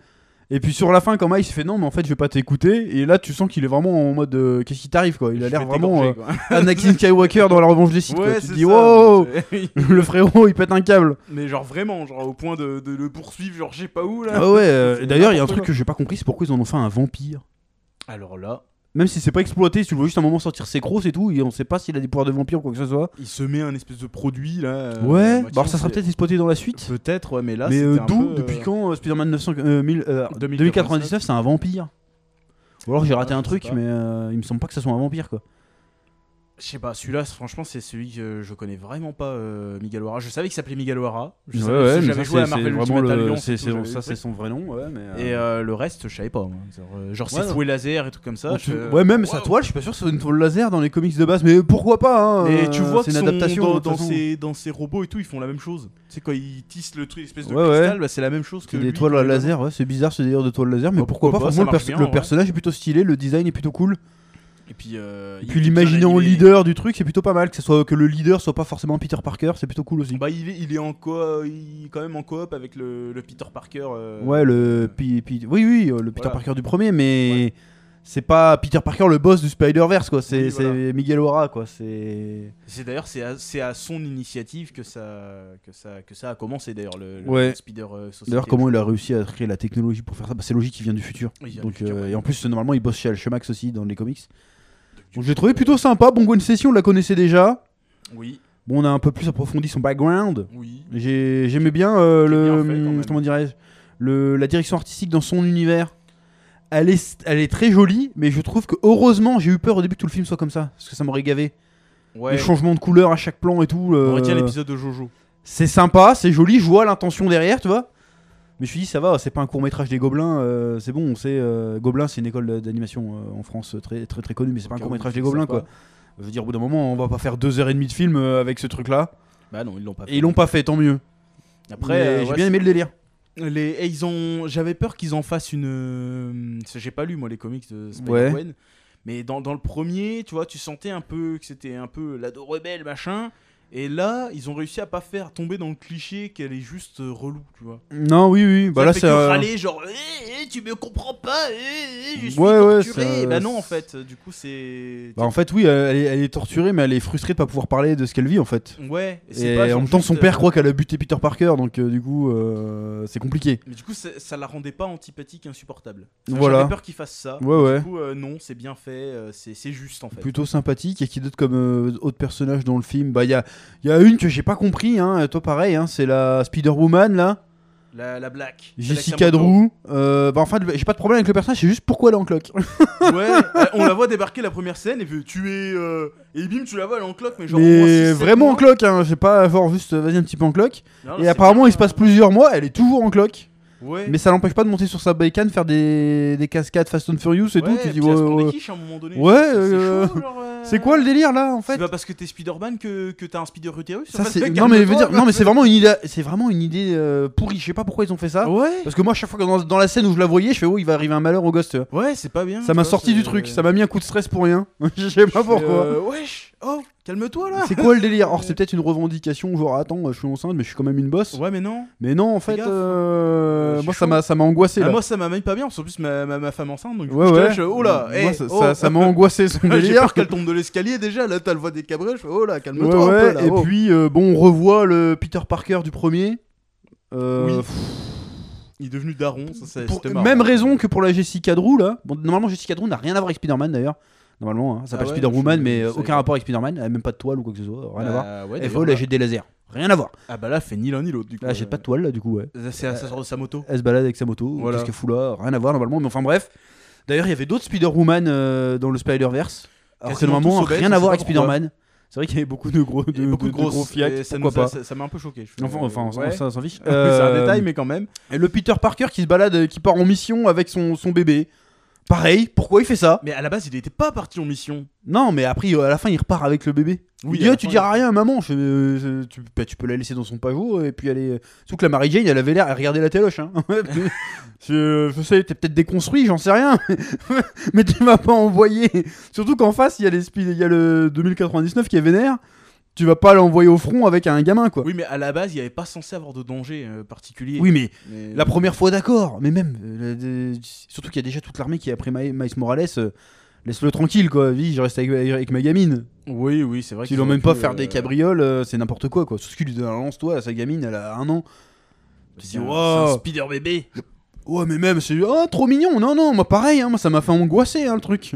Et puis sur la fin, quand il se fait non, mais en fait, je vais pas t'écouter. Et là, tu sens qu'il est vraiment en mode euh, qu'est-ce qui t'arrive quoi. Il a
Je
l'air
vais
vraiment.
t'égorger,
euh,
quoi.
Anakin Skywalker dans la revanche des Sith. quoi.
Ouais,
Tu
c'est
te dis,
ça,
wow,
c'est-
le frérot, il pète un câble.
Mais genre vraiment, genre au point de, de le poursuivre, genre je sais pas où là.
Ah ouais, euh,
C'est
d'ailleurs, il y a un
n'importe
truc que j'ai pas compris, c'est pourquoi ils en ont fait un vampire.
Alors là,
Même si c'est pas exploité, si tu le vois juste un moment sortir ses crocs, c'est tout, et on sait pas s'il a des pouvoirs de vampire ou quoi que ce soit.
il se met un espèce de produit là. euh,
ouais,
moitié,
bah alors ça sera
c'est-
peut-être exploité dans la suite.
Peut-être, ouais, mais là.
mais
c'était
euh,
un
d'où,
peu, euh,
depuis quand euh, Spider-Man 900, euh, 1000, euh,
2099,
2099, c'est un vampire Ou alors j'ai raté
Ah,
un
je sais
truc,
pas.
mais euh, il me semble pas que ça soit un vampire quoi.
Je sais pas, celui-là, c'est- franchement, c'est celui que je connais vraiment pas, euh, Migalwara. Je savais qu'il s'appelait Migalwara. Je savais- parce que J'avais joué à Marvel Ultimate Alliance. et tout, j'avais
ça
compris.
c'est son vrai nom, ouais, mais.
Et euh, le reste, je savais pas. moi. Genre, euh, genre
Ouais,
ses
non.
fouets laser et trucs comme ça.
En
je-
tout- Ouais, même sa
Wow.
toile, je suis pas sûr que ce soit une toile laser dans les comics de base, mais pourquoi pas hein,
Et
euh,
tu vois que
c'est une
son-
adaptation
dans,
de toute
dans
façon.
ces, dans ces robots et tout, ils font la même chose. Tu sais, quand ils tissent le truc, espèce de
Ouais,
cristal,
ouais.
bah, c'est la même chose que.
C'est des
lui,
toiles
qu'on
à
lui
laser, ouais, c'est bizarre ce délire de toile laser, mais
Bah,
pourquoi, pas,
pourquoi pas,
Franchement, le,
ça marche
perso-
bien,
le
ouais.
personnage est plutôt stylé, le design est plutôt cool.
donne. Et puis, euh,
Et
il
puis
est
l'imaginer en
animé.
leader du truc, c'est plutôt pas mal. Que, ce soit, que le leader soit pas forcément Peter Parker, c'est plutôt cool aussi.
Bah, il est, il est en co il est quand même en coop avec le, le Peter Parker. euh,
ouais, le. Pi- Pi- oui, oui, euh, le Peter
Voilà.
Parker du premier, mais. C'est pas Peter Parker le boss du Spider-Verse, quoi. C'est
Oui, voilà.
c'est Miguel O'Hara, quoi. C'est.
C'est d'ailleurs c'est à, c'est à son initiative que ça que ça que ça a commencé d'ailleurs le, le
Ouais.
Spider euh, Society.
D'ailleurs, comment il a réussi à créer la technologie pour faire ça Bah, C'est logique, il vient du futur.
Oui, il vient
Donc,
du futur,
euh,
ouais.
et en plus, normalement, il bosse chez Alchemax aussi dans les comics. Donc, je l'ai trouvé plutôt sympa. Bon, Gwen Stacy, on la connaissait déjà.
Oui,
Bon, on a un peu plus approfondi son background.
oui.
J'ai- J'aimais bien euh,
C'est
le.
bien fait, quand même.
comment dirais-je le- la direction artistique dans son univers, elle est, elle est très jolie, mais je trouve que heureusement j'ai eu peur au début que tout le film soit comme ça, parce que ça m'aurait gavé.
Ouais.
Les changements de couleur à chaque plan et tout.
On
euh,
retient l'épisode de Jojo.
c'est sympa, c'est joli, je vois l'intention derrière, tu vois. Mais je me suis dit, ça va, c'est pas un court métrage des Gobelins, euh, c'est bon, on sait. euh, Gobelins, c'est une école d'animation euh, en France euh, très très, très connue, mais c'est pas un
Ok,
court métrage
oui,
des Gobelins,
sympa.
quoi. Je veux dire, au bout d'un moment, on va pas faire deux heures et demie de film euh, avec ce truc-là.
Bah non, ils l'ont pas fait.
Et ils l'ont pas fait, tant mieux.
Après,
Mais
euh,
j'ai
ouais,
bien aimé le délire.
Les, et ils ont, j'avais peur qu'ils en fassent une. euh, parce que J'ai pas lu moi les comics de
Ouais.
Spider-Man, mais dans, dans le premier, tu vois, tu sentais un peu que c'était un peu l'ado rebelle machin. Et là, ils ont réussi à pas faire tomber dans le cliché qu'elle est juste euh, relou, tu vois.
Non, oui, oui. Bah
Ça
là,
fait
c'est.
que
euh,
râler, genre, Eh, eh, tu me comprends pas, eh, eh, je suis
Ouais, ouais,
torturé.
ça-
bah non, en fait, du coup, c'est.
bah, en fait, oui, elle est, elle est torturée, mais elle est frustrée de pas pouvoir parler de ce qu'elle vit, en fait.
ouais. c'est
Et
pas
en
genre
même temps, son
juste,
père
euh,
croit qu'elle a buté Peter Parker, donc euh, du coup, euh, c'est compliqué.
Mais du coup, ça ça la rendait pas antipathique, insupportable. Enfin,
Voilà.
J'avais peur qu'il fasse ça.
Ouais, ouais.
Du coup, euh, non, c'est bien fait, euh, c'est c'est juste en fait.
plutôt sympathique. Et qui d'autre comme euh, autre personnage dans le film Bah, il y a, y a une que j'ai pas compris, hein, toi pareil, hein, c'est la Spider-Woman là,
La, la black.
Jessica Drew. Euh, bah, en fait, j'ai pas de problème avec le personnage, c'est juste pourquoi elle est en cloque.
Ouais, euh, on la voit débarquer la première scène et puis tu es. euh, et bim, tu la vois, elle est en cloque, mais genre. au moins six,
Mais
sept
vraiment en
mois.
cloque, hein, j'ai pas, genre juste euh, vas-y un petit peu en cloque.
Non, non,
Et
c'est
apparemment,
bien,
il se passe plusieurs mois, elle est toujours en cloque.
Ouais.
Mais ça l'empêche pas de monter sur sa bécane, faire des, des cascades Fast and Furious et tout. Tu dis,
puis elle se
ouais,
prend des
ouais.
quiches à un moment donné.
Ouais,
C'est- c'est
euh,
chaud, genre, euh,
c'est quoi le délire là en fait
C'est pas parce que t'es Spider-Man que, que t'as un Spider-Utérus
Ça,
en fait,
c'est...
mec,
Non, mais, je veux
calme-toi,
dire, non, mais
quoi.
c'est vraiment une idée, c'est vraiment une idée euh, pourrie. Je sais pas pourquoi ils ont fait ça.
Ouais.
Parce que moi, chaque fois que dans, dans la scène où je la voyais, je fais oh, il va arriver un malheur au gosse. tu vois.
Ouais, c'est pas bien.
Ça
tu
m'a
vois,
sorti du
c'est-
truc, ça m'a mis un coup de stress pour rien. je sais pas
Je fais,
pourquoi. Ah,
euh, Wesh, oh, calme-toi là.
C'est quoi le délire Or, c'est peut-être une revendication, genre attends, je suis enceinte, mais je suis quand même une bosse.
Ouais, mais non.
Mais non, en fait,
gaffe. hein.
euh,
Euh, c'est
moi, ça
chaud.
m'a, ça m'a angoissé.
Ah,
là.
moi, ça m'a même pas bien. parce qu'en plus, ma, ma, ma femme enceinte, donc
ouais,
je te
ouais.
lâche, euh, oh là,
Moi,
eh,
ça,
oh.
ça- ça m'a angoissé son
J'ai
délire.
peur qu'elle tombe de l'escalier déjà, là t'as le voix des cabrés, je fais oh là
Ouais,
calme-toi un peu
ouais,
là.
et
oh.
puis, euh, bon, on revoit le Peter Parker du premier. Euh,
Oui. Il est devenu daron, ça c'est
pour-
c'était marrant. Euh,
même raison que pour la Jessica Drew là. Bon, normalement Jessica Drew n'a rien à voir avec Spider-Man d'ailleurs. Normalement, hein, ça s'appelle
Ah ouais,
Spider-Woman
je-
mais
je
euh,
savais
aucun
pas.
rapport avec Spider-Man, elle a même pas de toile ou quoi que ce soit, rien à voir.
Ah, ouais,
Elle
d'ailleurs,
vole,
là-
elle jette des lasers, rien à voir.
Ah bah là fait ni l'un ni l'autre du coup.
Là, j'ai
euh,
pas de toile là du coup, ouais.
C'est ça sort de sa moto.
Elle se balade avec sa moto,
Voilà.
qu'est-ce qu'elle fout là, rien à voir normalement, mais enfin bref. D'ailleurs, il y avait d'autres Spider-Woman euh, dans le Spider-Verse. Alors que
Quasiment
normalement,
tous obèses,
rien
je
à
sais
voir
pas
avec Spider-Man. C'est vrai qu'il y avait beaucoup de gros, de,
Il y a beaucoup de,
de- de
grosses
gros
et
fiacs,
ça nous-
pourquoi pas.
ça- Ça m'a un peu choqué. je fais,
Enfin,
euh,
enfin, on-
ouais.
ça, on s'en fiche.
C'est un
Euh,
détail mais quand même.
Et le Peter Parker qui se balade, euh, qui part en mission avec son, son bébé. Pareil, pourquoi il fait ça
Mais à la base il était pas parti en mission.
Non, mais après, euh, à la fin, il repart avec le bébé. il
Oui,
dit,
à la
Ah, tu
fin,
diras
il-
rien à maman. Je fais, Euh, je- tu, bah, tu peux la laisser dans son pavot et puis aller. euh, Surtout que la Mary Jane, elle avait l'air à regarder la téloche. Hein. je, je sais, t'es peut-être déconstruit, j'en sais rien. mais tu m'as pas envoyé. Surtout qu'en face, il y, a les spi- il y a le 2099 qui est vénère. Tu vas pas l'envoyer au front avec un gamin, quoi. Oui,
Oui mais à la base il y avait pas censé avoir de danger euh, particulier.
mais
Mais-
la première fois, d'accord. Mais même. euh, le- de- surtout qu'il y a déjà toute l'armée qui a pris Ma- Miles Morales. euh, Laisse-le tranquille, quoi. Vie, je reste avec- euh, avec ma gamine.
Oui oui c'est vrai.
S'ils
qu'ils
l'ont
auraient
même pas
pu,
faire
euh,
des cabrioles, euh, c'est n'importe quoi quoi. Surtout ce qu'il lui donne un lance-toi à sa gamine, elle a un an. Tu
C'est
dis, oh.
un,
wow.
oh, c'est un Spider bébé.
Ouais, mais même, c'est. Oh, trop mignon Non, non, moi pareil, hein, moi ça m'a fait angoisser hein, le truc.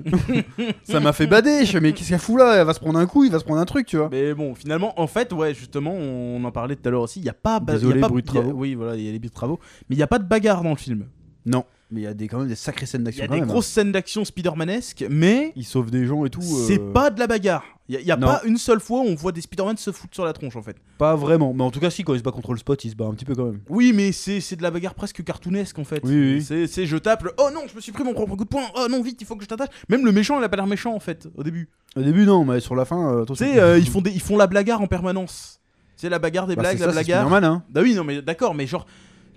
ça m'a fait bader. Je fais, mais qu'est-ce qu'elle fout là Elle va se prendre un coup, il va se prendre un truc, tu vois.
Mais bon, finalement, en fait, ouais, justement, on en parlait tout à l'heure aussi. Il n'y a pas. ba-
Désolé,
y a pas-
bruit de
y a-
travaux.
oui, voilà, il y a les bruits de travaux. Mais il n'y a pas de bagarre dans le film.
Non. Mais il y a des, quand même des sacrées scènes
Il y
d'action.
a
quand
des
même, hein.
grosses scènes d'action Spider-Manesque, mais
Ils sauvent des gens et tout. euh,
c'est pas de la bagarre. Il n'y a,
non.
pas une seule fois où on voit des Spider-Man se foutre sur la tronche, en fait.
Pas vraiment. Mais en tout cas, si, quand ils se battent contre le spot, ils se battent un petit peu quand même.
Oui, mais c'est c'est de la bagarre presque cartoonesque, en fait.
Oui, oui.
C'est c'est je tape, le, oh non, je me suis pris mon propre coup de poing, oh non, vite, il faut que je t'attache. Même le méchant, il a pas l'air méchant, en fait, au début.
Au début, non, mais sur la fin. euh,
Tu
attention.
sais, euh, ils, font des- ils font la bagarre en permanence. C'est la bagarre des
Bah,
blagues,
c'est
la
ça, c'est
bagarre.
Spider-Man, hein.
Bah oui, non, mais d'accord, mais genre,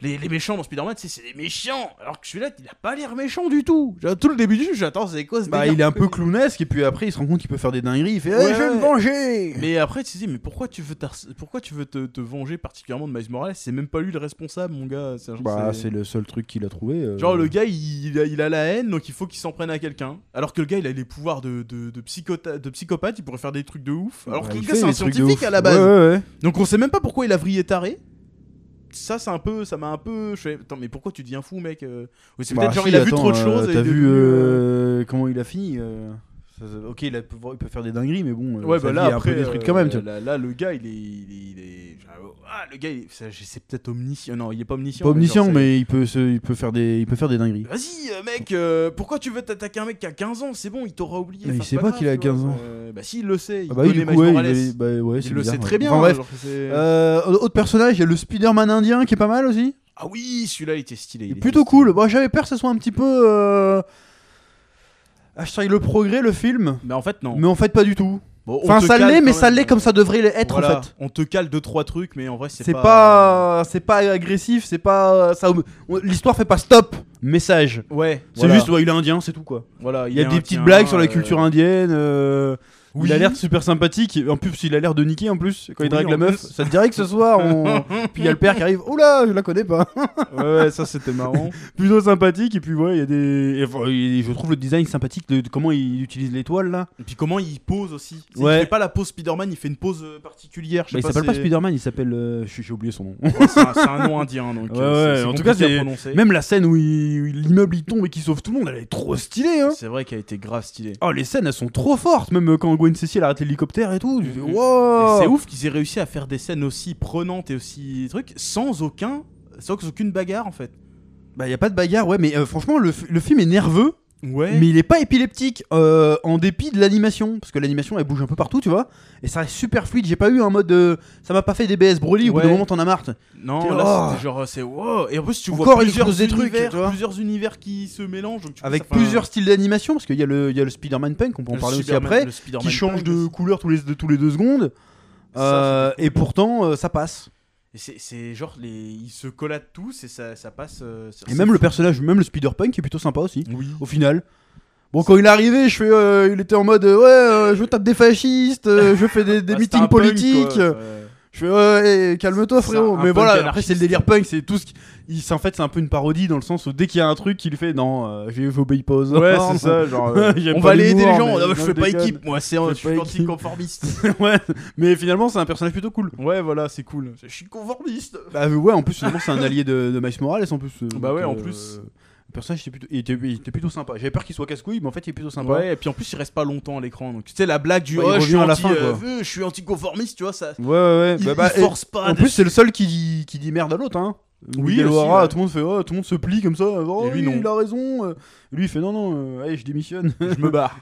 les, les méchants dans Spider-Man, tu sais, c'est des méchants. Alors que celui-là, il a pas l'air méchant du tout. Genre, tout le début du jeu, j'attends, c'est quoi ce
Bah,
délire
il est un peu clownesque et puis après, il se rend compte qu'il peut faire des dingueries. Il fait, Eh,
Ouais,
je vais me
ouais.
venger
Mais après, tu te dis, mais pourquoi tu veux, t'harc- pourquoi tu veux te, te venger particulièrement de Miles Morales C'est même pas lui le responsable, mon gars. C'est- genre,
Bah,
c'est-
c'est le seul truc qu'il a trouvé. euh.
Genre, le gars, il, a, il a la haine, donc il faut qu'il s'en prenne à quelqu'un. Alors que le gars, il a les pouvoirs de, de, de psychota- de psychopathe, il pourrait faire des trucs de ouf. Alors
Ouais,
que
Bah,
le
il
gars,
fait
c'est un
des trucs de
scientifique
ouf.
à la base.
Ouais, ouais, ouais.
Donc on sait même pas pourquoi il a vrillé taré. Ça, c'est un peu, ça m'a un peu. Je fais, attends, mais pourquoi tu deviens fou, mec euh Ou c'est
Bah,
peut-être genre
si,
il a vu
attends,
trop de choses.
euh, T'as
et il est
vu
devenu, euh,
euh, comment il a fini euh, ça- ça- Ok, il, a- il peut faire des dingueries, mais bon, euh,
Ouais,
sa
bah
vie
là
est un
après
peu détruite
euh,
quand même. tu vois.
Là, là, le gars, il est, il est, il est- ah ah, le gars, il est- ça, c'est peut-être omniscient. Non, il est pas omniscient.
Pas omniscient,
genre, c'est-
mais il peut, se, il, peut faire des, il peut faire des dingueries.
Vas-y, euh, mec, euh, pourquoi tu veux t'attaquer à un mec qui a 15 ans C'est bon, il t'aura oublié.
Mais il
enfin,
sait
c'est
pas
grave,
qu'il a
tu vois.
15 ans.
Euh, bah, si, il le sait. Il
Ah bah oui,
connaît
du coup,
Miles
ouais, il,
Morales.
est- bah ouais,
Il
c'est
le
bizarre,
sait
ouais.
très bien. hein,
Enfin, bref.
genre, c'est-
Euh, autre personnage, il y a le Spider-Man indien qui est pas mal aussi.
Ah oui, celui-là, il était stylé.
Il est
était
plutôt
stylé.
cool. Moi, j'avais peur que ce soit un petit peu. Euh... Hashtag le progrès, le film.
Mais en fait, non.
Mais en fait, pas du tout.
Bon, on
Enfin,
te
ça
cale
l'est, mais
quand
ça
même.
l'est comme ça devrait être
Voilà,
en fait.
On te cale deux trois trucs, mais en vrai, c'est
C'est
pas.
pas, c'est pas agressif, c'est pas, euh, ça, on- l'histoire fait pas stop. Message.
Ouais.
C'est
voilà,
juste, ouais, il est indien, c'est tout quoi.
Voilà.
Il y a
est
des
un
petites
tien,
blagues sur la
euh,
culture indienne. euh,
Oui.
Il a l'air super sympathique. En plus, il a l'air de niquer en plus quand il
Oui,
drague
en
la meuf.
plus.
Ça te dirait que ce soir, on... puis il y a le père qui arrive. Oula, je la connais pas.
Ouais, ouais, ça c'était marrant.
Plutôt sympathique. Et puis ouais, il y a des. et enfin, il- je trouve le design sympathique de de comment il utilise l'étoile là.
Et puis comment il pose aussi. C'est
Ouais.
Il fait pas la pose Spider-Man, il fait une pose euh, particulière. je sais
Bah, il s'appelle pas
c'est-
Spider-Man, il s'appelle. euh, je- J'ai oublié son nom.
Ouais, c'est un- c'est un nom indien donc.
Ouais,
euh,
ouais,
c'est-
en tout
compliqué
cas,
à
c'est-
prononcer.
Même la scène où il- où il- l'immeuble il tombe et qui sauve tout le monde, elle est trop stylée. Hein
C'est vrai qu'elle a été grave stylée.
oh, les scènes elles sont trop fortes. Même euh, quand Gwen Cecil arrête l'hélicoptère et tout. tu fais,
Mhm.
wow.
Et C'est ouf qu'ils aient réussi à faire des scènes aussi prenantes et aussi trucs sans aucun, sans aucune bagarre en fait.
Bah, y a pas de bagarre, ouais, mais euh, franchement, le f- le film est nerveux.
Ouais.
Mais il est pas épileptique, euh, en dépit de l'animation, parce que l'animation elle bouge un peu partout, tu vois, et ça reste super fluide. J'ai pas eu un mode, euh, ça m'a pas fait des BS brolis où au bout
Ouais.
d'un moment t'en as marre. t'es-
Non,
T'es-
là
oh.
c'était genre c'est wow. Et en plus tu vois
Encore, ils
plusieurs
creusent des trucs,
univers,
tu vois.
plusieurs univers qui se mélangent. donc du coup,
Avec
ça fait un-
plusieurs styles d'animation, parce qu'il y a le, il y a le Spider-Man Punk, on peut en
le
parler aussi
Superman-
après,
le Spider-Man
qui change
Punk
de
aussi.
couleur tous les, de, tous les deux secondes,
Ça,
euh, et pourtant euh, ça passe.
Et C'est c'est genre les, ils se collent à tous et ça, ça passe. euh, c'est- Mm.
Et même le personnage, même le Spider-Punk est plutôt sympa aussi,
Oui. Ah,
au final. Bon, quand il est arrivé, je fais, euh, il était en mode euh, ouais, euh, je tape des fascistes, euh, je fais des, des
Bah, c'était
meetings
un punk, quoi,
politiques.
ouais.
Je fais ouais, hey, calme-toi
C'est
frérot.
un-
Mais
un punk
voilà, après
anarchiste.
c'est le délire punk, c'est tout ce qui... il- c'est- en fait c'est un peu une parodie dans le sens où dès qu'il y a un truc, il fait non, euh, j'ai- j'obéis pas aux
Ouais,
ordres.
c'est ça, genre.
euh,
on va aller aider les gens.
mais
Ah, bah, je
non,
fais
je
pas
déconne.
équipe, moi, c'est
Je
un,
fais
je suis
pas équipe.
anticonformiste.
ouais, mais finalement c'est un personnage plutôt cool.
ouais, voilà, c'est cool. Je suis conformiste.
Bah ouais, en plus finalement c'est un allié de, de Miles Morales en plus. euh,
Bah ouais,
donc,
en plus.
Le personnage était plutôt, il était, il était plutôt sympa. J'avais peur qu'il soit casse-couille, mais en fait il est plutôt sympa.
Ouais, et puis en plus, il reste pas longtemps à l'écran. Donc, tu sais, la blague du
Ouais, il
oh, je suis
revient à la
anti,
fin,
euh,
quoi.
euh, je suis anticonformiste, tu vois, ça.
ouais, ouais.
Il,
bah, bah,
il
et-
force pas.
en
de-
plus c'est le seul qui dit, qui dit merde à l'autre. Hein.
Oui,
Miguel
aussi,
O'Hara,
ouais.
tout le monde fait, oh, tout le monde se plie comme ça. Oh,
Et lui,
oui,
non.
il a raison. Euh, Lui il fait non non, euh, allez, je démissionne.
je me barre.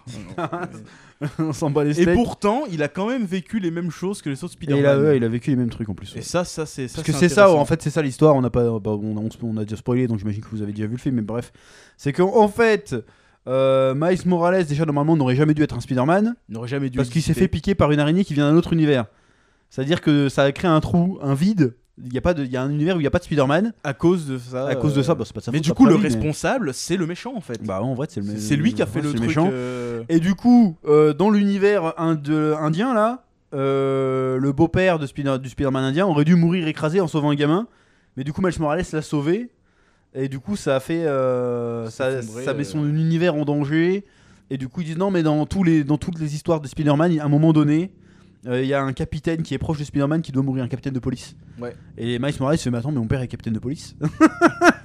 on s'en bat les
et
steaks.
pourtant, il a quand même vécu les mêmes choses que les autres
Et il a,
Spider-Man.
ouais, il a vécu les mêmes trucs en plus.
Et
ouais.
ça, ça, c'est.
Parce que c'est ça,
intéressant.
en fait, c'est ça l'histoire. On a pas, bah, on, a, on se- on a déjà spoilé, donc j'imagine que vous avez déjà vu le film. Mais bref, c'est qu'en en fait, euh, Miles Morales déjà normalement n'aurait jamais dû être un Spider-Man
Il n'aurait jamais dû.
parce qu'il s'est fait
exister.
piquer par une araignée qui vient d'un autre univers. C'est-à-dire que ça a créé un trou, un vide. Il y a pas de, il y a un univers où il y a pas de Spider-Man.
à cause de ça.
à cause de ça,
euh,
bah, c'est pas de sa
Mais
faute,
du
a
coup, le
priori, mais-
responsable, c'est le méchant en fait.
Bah en vrai, c'est le.
C'est lui qui a fait
c'est
le truc.
méchant.
euh,
Et du coup, euh, dans l'univers ind- indien, là, euh, le beau-père de Spider- du Spider-Man indien aurait dû mourir écrasé en sauvant un gamin. Mais du coup, Miles Morales l'a sauvé. Et du coup, ça a fait. euh, ça,
S'effondrer,
ça met
euh.
son univers en danger. Et du coup, ils disent non, mais dans, tous les, dans toutes les histoires de Spider-Man, à un moment donné, euh, il y a un capitaine qui est proche de Spider-Man qui doit mourir, un capitaine de police.
Ouais.
Et Miles Morales se fait mais attends, mais mon père est capitaine de police.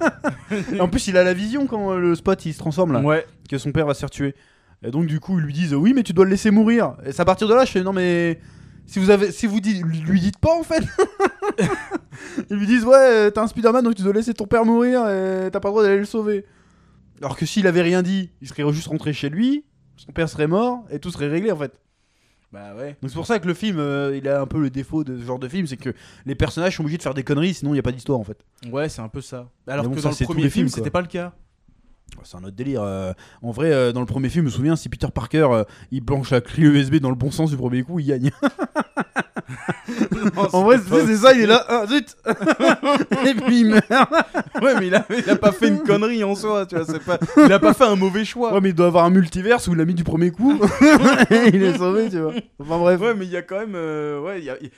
en plus, il a la vision quand euh, le spot il se transforme là
Ouais.
que son père va se faire tuer. Et donc du coup ils lui disent oui mais tu dois le laisser mourir. Et c'est à partir de là je fais non mais si vous avez si vous dites lui dites pas en fait. ils lui disent ouais euh, t'es un Spider-Man donc tu dois laisser ton père mourir et t'as pas le droit d'aller le sauver. Alors que s'il avait rien dit il serait juste rentré chez lui, son père serait mort et tout serait réglé en fait.
Bah ouais.
Donc c'est pour ça que le film euh, il a un peu le défaut de ce genre de film c'est que les personnages sont obligés de faire des conneries sinon il y a pas d'histoire en fait.
Ouais, c'est un peu ça. Alors
Mais bon,
que
ça,
dans
c'est
le
tous
premier
les
film,
films, quoi.
c'était pas le cas.
C'est un autre délire. euh, en vrai, euh, dans le premier film, je me souviens, si Peter Parker euh, il planche la clé USB dans le bon sens du premier coup, il gagne. en vrai,
c'était
c'est c'est ça, il est là, ah, zut Et puis il meurt
pas- Ouais, mais il a, il a pas fait une connerie en soi, tu vois. C'est pas... Il a pas fait un mauvais choix.
Ouais, mais il doit avoir un multiverse où il l'a mis du premier coup. Et il est sauvé, tu vois. Enfin bref.
Ouais, mais il y a quand même. euh, ouais, il y a, il y a-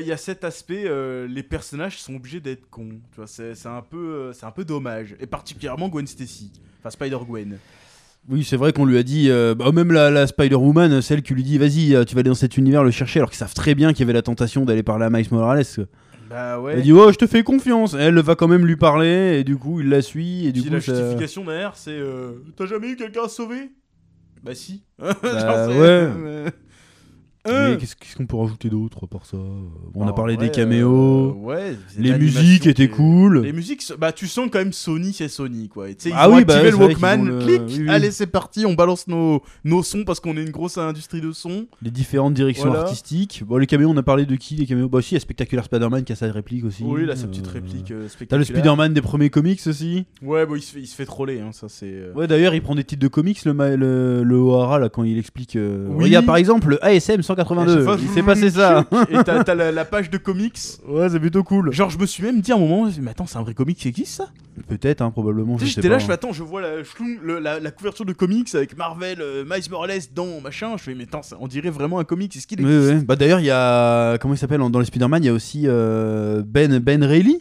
il y a cet aspect. euh, les personnages sont obligés d'être cons. Tu vois, c'est c'est un, peu, euh, c'est un peu dommage. Et particulièrement Gwen Stacy. Enfin, Spider-Gwen.
Oui, c'est vrai qu'on lui a dit, euh, bah, même la, la Spider-Woman, celle qui lui dit, vas-y, euh, tu vas aller dans cet univers le chercher, alors qu'ils savent très bien qu'il y avait la tentation d'aller parler à Miles Morales.
Bah ouais.
Elle dit, oh, je te fais confiance. Elle va quand même lui parler, et du coup, il la suit, et du
Puis
coup,
la
ça-
justification derrière, c'est euh, T'as jamais eu quelqu'un à sauver Bah si. Genre,
Bah, ouais.
c'est- euh,
Mais
Euh,
qu'est-ce qu'est-ce qu'on peut rajouter d'autre par ça On a
en
parlé
vrai,
des caméos.
Bah, euh, ouais, c'est
les
l'animation
musiques
qui
étaient
est-
cool.
Les musiques, so- bah tu sens quand même Sony, c'est Sony quoi. Et tu sais, ils
Ah
ont
oui, bah
activé
ouais, c'est vrai
le
qu'ils
Walkman,
ont le-
clic,
oui, oui.
allez c'est parti, on balance nos, nos sons parce qu'on est une grosse industrie de son.
les différentes directions
Voilà.
artistiques. Bon, les caméos, on a parlé de qui Les caméos Bah, si, il y a Spectacular Spider-Man qui a sa réplique aussi.
oui, là sa petite
Euh,
réplique euh,
T'as le
spectaculaire.
Spider-Man des premiers comics aussi
Ouais, bon il se fait, il se fait troller, hein, ça c'est. euh,
Ouais, d'ailleurs, il prend des titres de comics, le, ma- le, le O'Hara, là, quand il explique. euh,
Oui.
Regarde, par exemple, le ASM
à
182,
chaque fois,
il s'est passé ça.
Et t'as t'as la, la page de comics.
Ouais, c'est plutôt cool.
Genre je me suis même dit à un moment, mais attends c'est un vrai comic qui existe ça
Peut-être, hein, probablement.
Tu
Je
sais,
sais
j'étais là,
pas,
je
hein.
fais attends, je vois la, chloum- le- la, la couverture de comics avec Marvel, euh, Miles Morales dans machin. Je fais mais attends, ça- on dirait vraiment un comics. Est-ce qu'il
Ouais,
existe
ouais. Bah, d'ailleurs, il y a. Comment il s'appelle Dans les Spider-Man, il y a aussi euh, Ben, ben Reilly.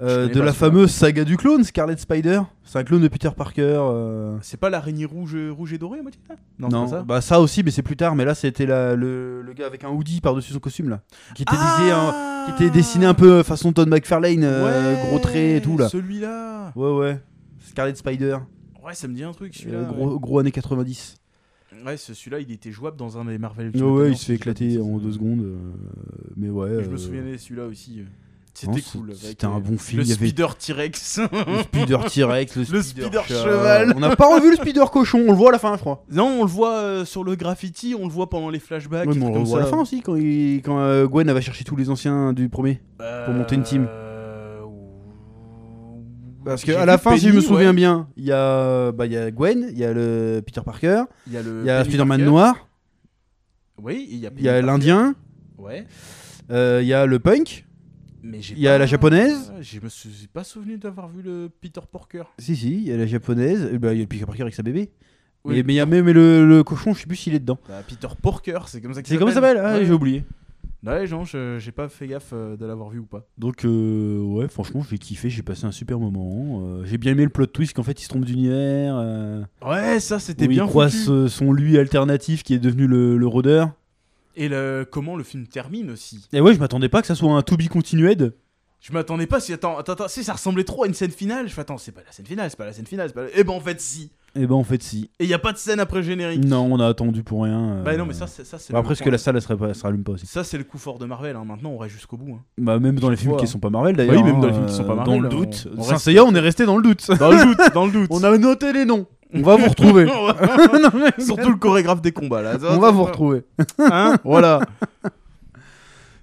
euh,
Je connais
de
pas
la
celui-là.
fameuse saga du clone, Scarlet Spider. C'est un clone de Peter Parker. euh,
C'est pas l'araignée rouge, euh, rouge et dorée à moitié là Non,
Non,
c'est pas ça.
bah ça aussi, mais c'est plus tard. Mais là, c'était la- le, le gars avec un hoodie par-dessus son costume là, qui était,
Ah
déguisé en- qui était dessiné un peu euh, façon Todd McFarlane, euh,
Ouais,
gros trait et tout là.
Celui-là.
Ouais, ouais. Scarlet Spider,
Ouais, ça me dit un truc
euh,
celui-là.
gros, gros années 90.
ouais. Ouais, ce- celui-là, il était jouable dans un des Marvel.
Ouais,
Ultimate
ouais, il
Alliance,
se fait
si je dis pas de
éclater en
bêtises.
deux secondes. euh, mais ouais.
Je
euh,
me souviens de celui-là aussi. euh,
non,
C'était
c'est-
cool. avec,
C'était
euh,
un bon film.
Le
Il y avait
Spider T-Rex.
le Spider T-Rex, Hein le,
Le
Spider
Spider Cheval.
On n'a pas revu le Spider Cochon, on le voit à la fin, je crois.
non, on le voit euh, sur le graffiti, on le voit pendant les flashbacks.
Ouais,
des
mais on
trucs
le
comme
voit à la
ça.
fin aussi quand, il- quand euh, Gwen elle va chercher tous les anciens du premier. pour monter une team.
Euh, ou-
Parce
J'ai
qu'à la
vu
fin, si je me
Penny,
souviens
ouais.
bien, il y, a- bah, il y a Gwen, il y a le Peter Parker,
il y a, le
il y a
Penny
Spider-Man
Parker.
noir,
Oui, il y a,
il y a
Penny
l'Indien,
Parker. Ouais.
euh, il y a le punk.
Mais j'ai
Il y a
pas-
la japonaise.
Je me suis pas souvenu d'avoir vu le Peter Parker.
Si, si, il y a la japonaise, euh, bah, il y a le Peter Parker avec sa bébé.
Oui,
Et- mais il y a même mais le, le cochon, je sais plus s'il est dedans.
Bah, Peter Parker, c'est comme ça qu'il
C'est comment ça s'appelle Ah,
Ouais.
J'ai oublié.
Ouais, genre, je- j'ai pas fait gaffe euh, de l'avoir vu ou pas.
Donc, euh, ouais, franchement, j'ai kiffé, j'ai passé un super moment. euh, j'ai bien aimé le plot twist qu'en fait, il se trompe d'univers. Euh,
Ouais, ça c'était
où il
bien
croise
foutu.
euh, son lui alternatif qui est devenu le, le rôdeur.
Et le- comment le film termine aussi.
Et ouais, je m'attendais pas que ça soit un to be continued.
Je m'attendais pas si attends, attends, attends, si ça ressemblait trop à une scène finale. Je fais attends, c'est pas la scène finale, c'est pas la scène finale, c'est pas. la- Eh ben en fait si.
Et ben, en fait, si.
Et y a pas de scène après générique.
Non, on a attendu pour rien. euh.
Bah non, mais ça, c'est- ça c'est.
Bah
le
après, parce
point.
que la salle, elle, serait pas, elle se rallume pas aussi.
Ça c'est le coup fort de Marvel. hein. Maintenant, on reste jusqu'au bout. hein.
Bah, même dans les films
vois,
qui
hein.
sont pas Marvel d'ailleurs.
oui, même
hein,
dans les films qui sont pas Marvel,
Dans le
on-
doute.
on
Saint
reste-
Seiya, on est resté dans le doute.
Dans le doute, dans le doute.
on a noté les noms. On va vous retrouver. Non, mais-
Surtout le chorégraphe des combats là.
on va vous retrouver.
Hein voilà.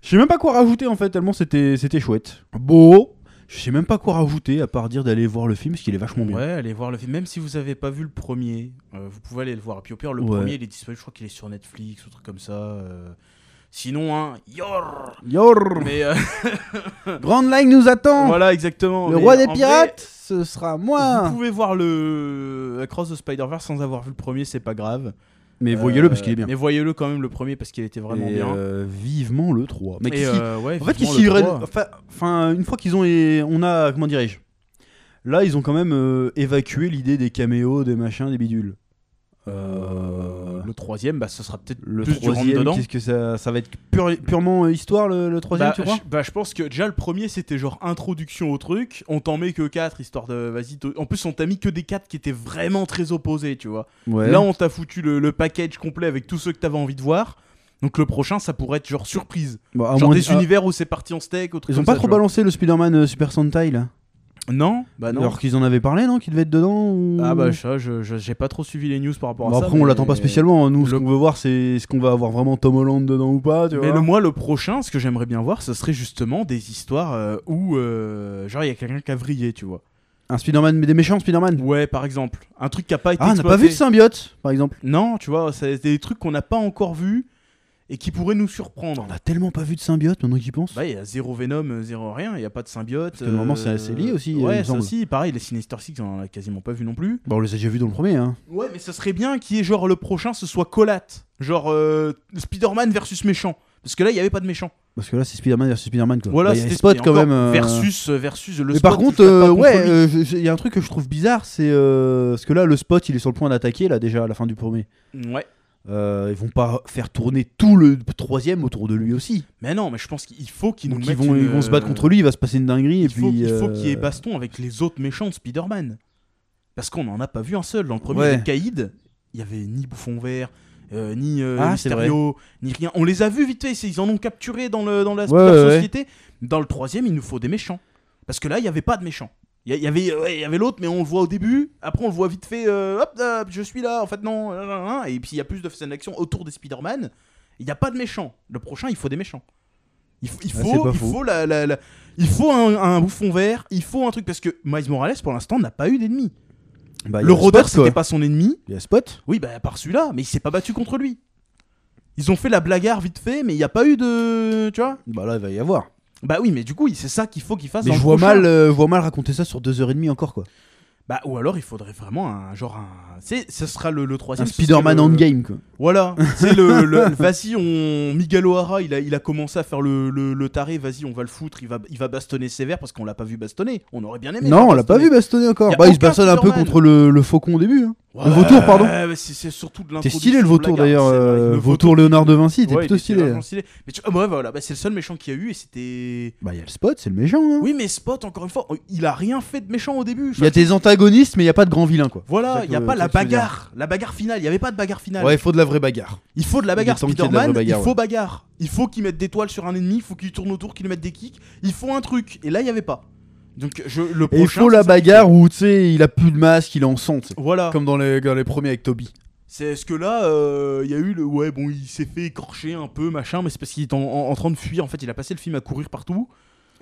Je sais même pas quoi rajouter en fait, tellement c'était c'était chouette. Beau. Je sais même pas quoi rajouter à part dire d'aller voir le film parce qu'il est vachement bien.
Ouais, allez voir le film. Même si vous avez pas vu le premier, euh, vous pouvez aller le voir. Et puis au pire, le
Ouais.
premier, il est disponible. Je crois qu'il est sur Netflix ou un truc comme ça. euh. Sinon, hein, yor.
Yor
Mais euh,
Grande Line nous attend
voilà, exactement.
Le
Oh, Mais
roi
en
des
vrai,
pirates, hein. ce sera
vous
moi
pouvez voir le euh, Across the Spider-Verse sans avoir vu le premier, c'est pas grave.
Mais voyez-le
Euh,
parce qu'il est bien.
Mais voyez-le quand même le premier parce qu'il était vraiment
Et,
bien.
euh, vivement le 3. Mais
Et,
qu'est-ce qui-
euh, ouais,
En fait,
vivement
ici,
le
ils
trois.
ré- enfin, enfin, une fois qu'ils ont, é- on a, comment dirais-je, là, ils ont quand même euh, évacué l'idée des caméos, des machins, des bidules. Euh,
Le troisième, bah, ce sera peut-être
Le
plus du rentre
troisième,
dedans.
qu'est-ce que ça, ça va être pure- purement euh, histoire le, le troisième,
Bah,
tu crois
je, bah, je pense que déjà le premier c'était genre introduction au truc, on t'en met que 4 histoire de vas-y. t- En plus on t'a mis que des 4 qui étaient vraiment très opposés, tu vois.
Ouais.
Là on t'a foutu le, le package complet avec tous ceux que t'avais envie de voir. Donc le prochain ça pourrait être genre surprise.
Bon, à
genre
moins-
des
ah,
univers où c'est parti en steak, ou truc
ils ont
comme
pas
ça,
trop
tu vois.
balancé le Spider-Man euh, Super Sentai là.
Non Bah non.
Alors qu'ils en avaient parlé, non Qu'il devait être dedans ou-
Ah bah ça, je je- j'ai pas trop suivi les news par rapport
Bon,
à ça.
Bah, après, on
mais-
l'attend pas spécialement. hein. Nous, ce
le-
qu'on veut voir, c'est ce qu'on va avoir vraiment Tom Holland dedans ou pas, tu
Mais
vois.
le, moi, le prochain, ce que j'aimerais bien voir, ce serait justement des histoires euh, où, euh, genre, il y a quelqu'un qui a vrillé, tu vois.
Un Spider-Man, mais des méchants Spider-Man.
Ouais, par exemple. Un truc qui a pas été
Ah, on n'a
exploité.
pas vu de symbiote, par exemple.
Non, tu vois, c'est des trucs qu'on n'a pas encore vus et qui pourraient nous surprendre.
On a tellement pas vu de symbiote maintenant qu'il pense.
Bah, il y a zéro Venom, euh, zéro rien, il n'y a pas de symbiote.
Parce que normalement, c'est- c'est lié aussi, euh, il
Ouais,
me
ça
semble.
aussi, pareil, les Sinister Six, on en a quasiment pas vu non plus.
Bah, on les a déjà vus dans le premier. Hein.
Ouais, mais ce serait bien qu'il y ait, genre, le prochain, ce soit Collat. Genre, euh, Spider-Man versus méchant. Parce que là, il n'y avait pas de méchant.
Parce que là, c'est Spider-Man versus Spider-Man. Quoi.
Voilà,
Bah, il y a
c'était
Spot
et
quand
encore,
même. euh,
Versus, euh, versus le
Mais
Spot
par
qui
contre,
se tape
euh,
pas contre
ouais,
lui.
euh, je- je- il y a un truc que je trouve bizarre, c'est euh, parce que là, le spot, il est sur le point d'attaquer là déjà à la fin du premier.
Ouais.
Euh, ils vont pas faire tourner tout le troisième autour de lui aussi.
Mais non, mais je pense qu'il faut qu'ils nous
Donc ils
mettent
vont,
une- euh,
ils vont se battre contre lui, il va se passer une dinguerie et
Il faut,
puis.
il faut
euh,
qu'il y ait baston avec les autres méchants de Spider-Man. Parce qu'on n'en a pas vu un seul. Dans le premier,
Ouais.
il y avait Caïd, il y avait ni Bouffon Vert, euh, ni euh,
Ah, c'est
Mysterio, ni rien. On les a vus vite fait, c'est- ils en ont capturé dans, le, dans la,
Ouais,
la
ouais, ouais.
société. Dans le troisième, il nous faut des méchants. Parce que là, il n'y avait pas de méchants. Il y, a- il y avait, ouais, il y avait l'autre, mais on le voit au début. Après, on le voit vite fait. euh, hop, hop, je suis là. En fait, non. là, là, là. Et puis, il y a plus de scènes d'action autour des Spider-Man. Il n'y a pas de méchants. Le prochain, il faut des méchants. Il, f- il
Ah, c'est
faut,
pas
il
faux.
faut, la- la- la- il faut un, un bouffon vert. Il faut un truc. Parce que Miles Morales, pour l'instant, n'a pas eu d'ennemi.
Bah, il y a
Le Roder,
Spot, quoi.
c'était pas son ennemi.
Il y a Spot
Oui, bah, à part celui-là, mais il s'est pas battu contre lui. Ils ont fait la blagarde vite fait, mais il n'y a pas eu de. Tu vois
Bah là, il va y avoir.
Bah oui, mais du coup, Ah, c'est ça qu'il faut qu'ils fassent.
Mais
dans
je
le
vois,
prochain.
mal, euh, je vois mal raconter ça sur 2h30 encore, quoi.
Bah, ou alors, il faudrait vraiment un genre. Un... C'est, ce sera le, le
Un
troisième. ce serait
Spider-Man
le-
Endgame, quoi.
Voilà. C'est le. le- vas-y, on. Miguel O'Hara, il a, il a commencé à faire le, le, le taré. Vas-y, on va le foutre. Il va, il va bastonner sévère parce qu'on l'a pas vu bastonner. On aurait bien aimé. le
Non, on
voir
l'a pas
bastonner.
vu bastonner encore.
Y a
Bah, il se
aucun
bastonne un peu
Spider-Man.
contre le, le faucon au début. hein.
Ouais,
Le vautour, pardon.
ouais, c'est, c'est surtout de
T'es
l'introduction
stylé le vautour
blagarde,
d'ailleurs.
c'est vrai,
euh,
le
vautour Léonard de Vinci, il était
Ouais,
plutôt
était
stylé. hein.
vachement stylé. Mais tu... ah, bah, ouais, voilà, bah, c'est le seul méchant qu'il y a eu et c'était.
Bah, il y a le spot, c'est le méchant. hein.
Oui, mais Spot, encore une fois, il a rien fait de méchant au début.
Il y a des antagonistes, mais il y a pas de grand vilain, quoi.
Voilà,
C'est
il n'y a
ça que-
pas la
c'est ça que je veux
bagarre, la bagarre finale, il n'y avait pas de bagarre finale.
Ouais, il faut de la vraie bagarre.
Il faut de la
Il est
bagarre,
temps qu'il y ait de la
Spider-Man,
vraie bagarre,
il faut bagarre. Il faut qu'il mette des toiles sur un ennemi, il faut qu'il tourne autour, qu'il mette des kicks, il faut un truc. Et là, il n'y avait pas. Donc, je, le
Et il
prochain,
faut la
c'est ça qu'il
bagarre où, tu sais, il a plus de masque, il est en sang, tu sais.
faut. Voilà.
Comme dans les, dans les premiers avec Toby.
C'est ce que là, euh, il y a eu le. Ouais, bon, il s'est fait écorcher un peu, machin, mais c'est parce qu'il est en, en- en train de fuir. En fait, il a passé le film à courir partout.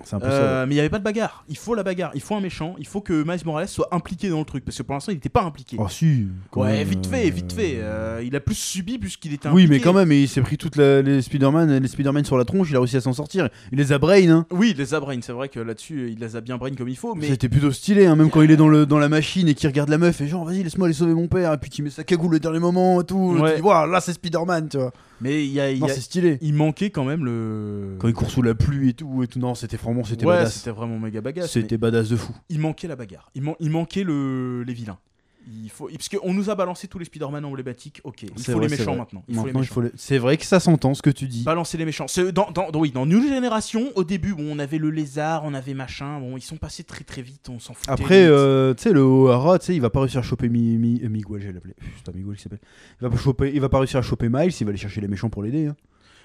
C'est un peu ça.
Euh, mais il n'y avait pas de bagarre. Il faut la bagarre, il faut un méchant, il faut que Miles Morales soit impliqué dans le truc. Parce que pour l'instant, il n'était pas impliqué.
Oh, si. quand
Ouais,
même,
vite
euh,
fait, vite fait. Euh, il a plus subi puisqu'il était
Oui,
impliqué.
mais quand même, il s'est pris toutes la- les Spider-Man les Spider sur la tronche, il a réussi à s'en sortir. Il les a brain, hein.
Oui, il les a brain, c'est vrai que là-dessus, il les a bien brain comme il faut, mais
C'était plutôt stylé, hein, même quand il est dans, le, dans la machine et qu'il regarde la meuf et genre, vas-y, laisse-moi aller sauver mon père, et puis qu'il met sa cagoule au dernier moment et tout.
Ouais.
Tu dis, Waouh, là, c'est Spider-Man, tu vois.
mais il y a, il, y
Non,
a-
c'est stylé.
il manquait quand même le.
Quand il court sous la pluie et tout, et tout. non, c'était franchement, c'était
ouais,
badass.
c'était vraiment méga bagarre.
C'était badass de fou.
Il manquait la bagarre. Il, man- il manquait le les vilains. Il faut parce qu'on nous a balancé tous les Spider-Man emblématiques. OK, il
C'est
faut
vrai,
les
c'est
méchants
vrai.
maintenant. Il faut les
Maintenant, il
méchants.
faut les- C'est vrai que ça s'entend ce que tu dis.
Balancer les méchants. C'est- Dans, dans, dans- oui, dans New Generation, au début, bon, on avait le lézard, on avait machin. Bon, ils sont passés très très vite, on s'en foutait.
Après,
limite.
euh, tu sais, le O'Hara, tu sais, il va pas réussir à choper Mi- Mi- euh, Miguel, j'ai l'appelé. Pff, C'est pas Miguel qui s'appelle. Il va, pas choper... il va pas réussir à choper Miles, il va aller chercher les méchants pour l'aider. hein.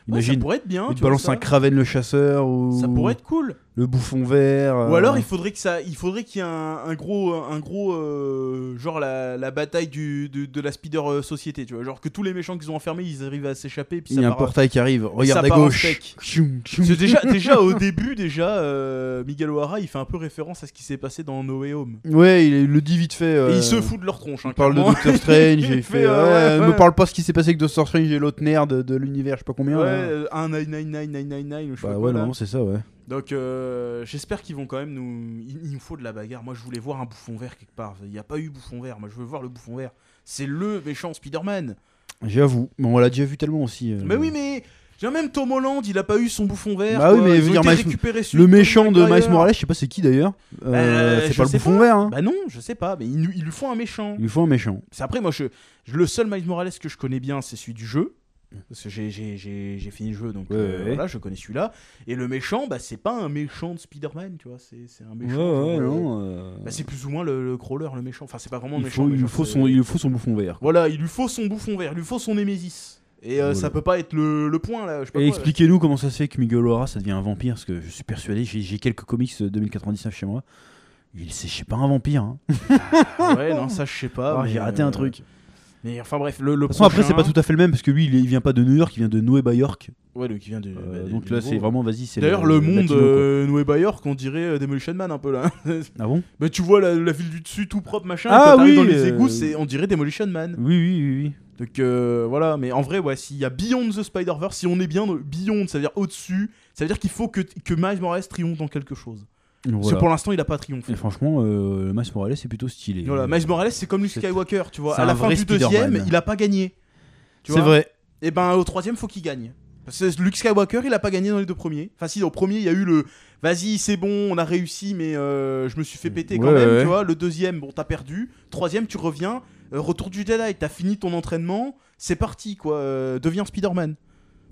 Ouais, ça
Imagine,
pourrait être bien.
il
Hein, tu
te
vois,
balance
ça.
un Craven le chasseur ou
Ça pourrait être cool.
le bouffon vert.
Ou
euh,
alors il faudrait que ça, il faudrait qu'il y ait un, un gros, un gros euh, genre la, la bataille du, de, de la Spider euh, Société, tu vois, genre que tous les méchants qu'ils ont enfermés, ils arrivent à s'échapper puis
Il y
ça
a un
part-
portail qui arrive, regarde à
part en
gauche.
steak.
Tchoum, tchoum.
C'est déjà, déjà au début déjà, euh, Miguel O'Hara, il fait un peu référence à ce qui s'est passé dans No Way Home.
Ouais, il le dit vite fait.
Et
euh,
il se fout de leur tronche. Hein,
Il parle de
clairement.
Doctor Strange, il fait.
euh,
ouais,
ouais, ouais.
Me parle pas ce qui s'est passé avec Doctor Strange et l'autre nerd de, de l'univers, je sais pas combien. là.
Ouais, euh, un 99999 ou je sais
Bah
pas
ouais,
quoi, là.
non, c'est ça, ouais.
Donc euh, j'espère qu'ils vont quand même nous. Il, il nous faut de la bagarre. Moi je voulais voir un bouffon vert quelque part. Il n'y a pas eu bouffon vert. Moi je veux voir le bouffon vert. C'est le méchant Spider-Man.
J'avoue. Mais on l'a déjà vu tellement aussi. euh.
Mais oui, mais j'ai même Tom Holland, il a pas eu son bouffon vert.
Bah oui,
quoi.
mais
Ils
je veux
ont
dire,
été
Miles-
récupérés sur
Le
Tobey
méchant de Miles
Maguire.
Morales, je sais pas c'est qui d'ailleurs. Euh,
Euh,
c'est
je
pas le
sais
bouffon
pas.
vert. Hein.
Bah non, je sais pas, mais il, nous- il lui faut un méchant.
Il lui faut un méchant.
C'est après, moi, je, je- le seul Miles Morales que je connais bien, c'est celui du jeu. Parce que j'ai- j'ai j'ai- j'ai fini le jeu, donc
Ouais,
euh,
ouais.
voilà, je connais celui-là. Et le méchant, bah, c'est pas un méchant de Spider-Man, tu vois, c'est c'est un méchant. genre, euh,
non.
bah, c'est plus ou moins le, le crawler, le méchant. Enfin, c'est pas vraiment le
il,
méchant.
faut,
méchant,
il, faut
c'est-
son, il faut son bouffon vert. quoi.
Voilà, il lui faut son bouffon vert, il lui faut son Némésis. Et euh,
Voilà.
ça peut pas être le, le point, là, je sais pas
Et
quoi, là.
expliquez-nous comment ça se fait que Miguel O'Hara ça devient un vampire, parce que je suis persuadé, j'ai j'ai quelques comics euh, 2099 chez moi. Il c'est je sais pas un vampire. Hein.
Ouais, non, ça, je sais pas.
Ah,
mais,
j'ai raté
euh,
un truc. De
Mais enfin bref, le, le
toute façon, après,
prochain-
c'est pas tout à fait le même, parce que lui, il, est- il vient pas de New York, il vient de Nueva York.
Ouais, donc il vient de.
Euh,
bah, de-
donc
du
là,
nouveau.
c'est vraiment, vas-y, c'est.
D'ailleurs, le monde
latino, quoi.
euh, Nueva York, on dirait euh, Demolition Man un peu là.
Ah bon
Mais tu vois la, la ville du dessus tout propre machin. et
Ah
quand t'arrives
oui,
Dans les
euh,
égouts, c'est on dirait Demolition Man.
Oui, oui, oui. oui.
Donc euh, voilà, mais en vrai, ouais, s'il y a Beyond the Spider Verse, si on est bien dans- Beyond, ça veut dire au-dessus, ça veut dire qu'il faut que que Miles Morales triomphe dans quelque chose.
Donc,
Parce que
voilà.
pour l'instant, il a pas triomphé.
Et franchement, euh, le Miles Morales, c'est plutôt stylé.
Voilà, Miles Morales, c'est comme Luke
C'est-
Skywalker, tu vois.
c'est
À
un
la fin
vrai
du deuxième,
Spider-Man.
il a pas gagné. Tu
C'est
vois
vrai.
Et ben au troisième, faut qu'il gagne. Parce que Luke Skywalker, il a pas gagné dans les deux premiers. Enfin, si, au premier, il y a eu le vas-y, c'est bon, on a réussi, mais euh, je me suis fait péter quand
Ouais,
même,
ouais.
tu vois. Le deuxième, bon, t'as perdu. Troisième, tu reviens. Euh, retour du Jedi, t'as fini ton entraînement, c'est parti, quoi. Euh, deviens Spider-Man.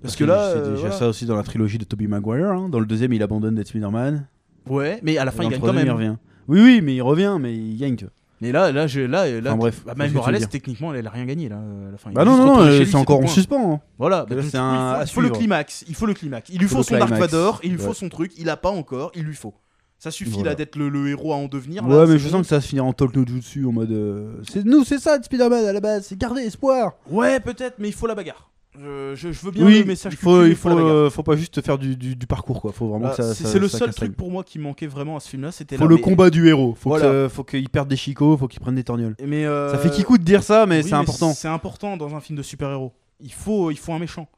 Parce que là.
c'est
euh,
déjà
voilà.
ça aussi dans la trilogie de Tobey Maguire. hein. Dans le deuxième, il abandonne d'être Spider-Man.
Ouais, mais à la
Dans
fin, il
le
gagne quand
troisième,
même.
revient. Oui, oui, mais il revient, mais il gagne. que.
Mais là, là, je, là, là
Enfin, bref,
bah,
je
Miles
vais te le
Morales,
dire.
techniquement, elle a rien gagné là. euh, à la fin. Il
Bah
est
non,
juste
non, non,
retourné
euh,
chez lui,
c'est
tout
encore
le
en
point.
suspens. hein.
Voilà,
Là,
bah, donc,
c'est
du coup, il
un- à
faut- il faut le
suivre.
climax, il faut le climax, il lui
Faut
faut
le
son Dark
climax.
Vador, il lui faut
Ouais.
son truc, il a pas encore, il lui faut. Ça suffit
Voilà.
là d'être le, le héros à en devenir. là,
Ouais, mais
c'est
je
bon.
sens que ça va se finir en talk no jutsu en mode. euh, c'est nous, c'est ça, de Spider-Man à la base, c'est garder espoir.
Ouais, peut-être, mais il faut la bagarre. Je, je- je veux bien le message.
il faut,
public,
il faut,
la bagarre.
euh, faut pas juste faire du, du, du parcours quoi. Faut vraiment
Ah,
que ça.
c'est
ça-
c'est le
ça
seul
casse
truc
la-
pour moi qui manquait vraiment à ce film-là, c'était
Faut
la-
le
mais-
combat du héros. Faut
Voilà.
que ça- faut qu'il perde des chicots, faut qu'il prenne des torgnoles.
Mais euh,
Ça fait kikou de dire ça, mais
oui,
c'est important.
C'est important dans un film de super-héros. Il faut, il faut un méchant.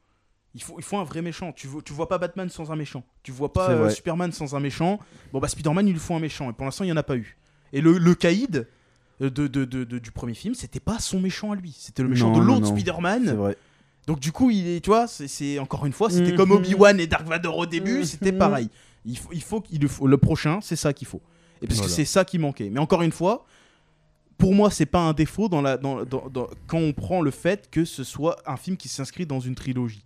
Il faut, il faut un vrai méchant. Tu, vois- tu vois pas Batman sans un méchant. Tu vois pas
C'est
euh,
vrai.
Superman sans un méchant. Bon, bah Spider-Man, il lui faut un méchant. Et pour l'instant, il y en a pas eu. Et le, le caïd euh, de, de- de- de- du premier film, c'était pas son méchant à lui. C'était le méchant
Non,
de
non,
l'autre
non. C'est
Spider-man.
vrai.
Donc du coup, il est, tu vois, c'est- c'est encore une fois, c'était
Mhm.
comme Obi-Wan et Dark Vador au début,
Mhm.
c'était pareil. Il faut, il faut, qu'il le faut- le prochain, c'est ça qu'il faut. Et parce que
Voilà.
c'est ça qui manquait. Mais encore une fois, pour moi, c'est pas un défaut dans la, dans, dans- dans- quand on prend le fait que ce soit un film qui s'inscrit dans une trilogie.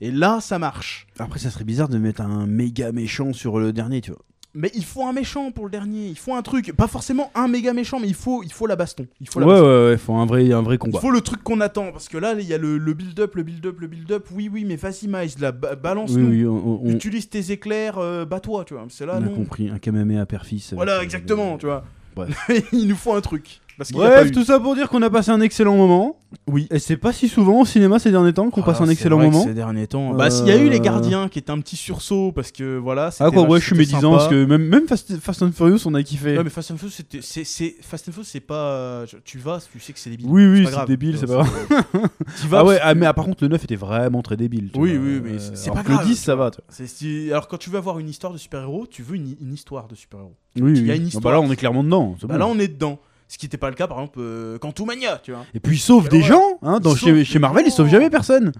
Et là, ça marche.
Après, ça serait bizarre de mettre un méga méchant sur le dernier, tu vois.
Mais il faut un méchant pour le dernier. Il faut un truc, pas forcément un méga méchant, mais il faut, il faut la baston. Il faut la
ouais,
baston.
ouais, ouais, faut un vrai, un vrai
Il
combat.
faut le truc qu'on attend parce que là, il y a le, le build-up, le build-up, le build-up. Oui, oui, mais vas-y, Miles, la ba-
Oui,
balance-nous.
oui, on,
Mm.
on-
utilise tes éclairs, euh, bats-toi, tu vois. C'est
on
là,
a
non.
compris. Un Kamehameha perfis.
euh,
Voilà, exactement, tu vois. il nous faut un truc. Parce qu'il y a pas
Bref,
eu.
tout ça pour dire qu'on a passé un excellent moment.
Oui.
Et c'est pas si souvent au cinéma ces derniers temps qu'on
Ah,
passe un
c'est
excellent
vrai que
moment.
Ces derniers temps.
Euh,
Bah, s'il y a eu les gardiens qui était un petit sursaut parce que voilà.
Ah
c'était-
quoi, ouais, je suis
c'était
médisant parce
sympa.
que même, même Fast, Fast and Furious, on a kiffé.
Ouais, mais Fast and Furious, c'était- c'est- c'est Fast and Furious, c'est pas. euh, Tu vas, tu sais que c'est débile.
Oui, oui,
pas
c'est
grave.
débile, c'est pas grave.
Tu vas.
Ah ouais, ah, mais ah, par contre, le 9 était vraiment très débile. tu
Oui,
vois.
oui, mais c'est- c'est
alors
pas
que
grave,
Le 10,
tu
ça va. tu
c'est- c'est- Alors quand tu veux avoir une histoire de super-héros, tu veux une, une histoire de super-héros.
vois. Oui,
Il y a
oui.
une
Ah,
histoire.
bah là, on est clairement dedans. c'est
Bah,
bon.
là, on est dedans. Ce qui n'était pas le cas, par exemple, euh, Quantumania, tu vois.
Et puis, ils sauvent
Ah, bah Ouais.
des gens. Hein, dans,
Ils
chez,
sauvent
chez
des
Marvel, ils sauvent
gens.
jamais personne.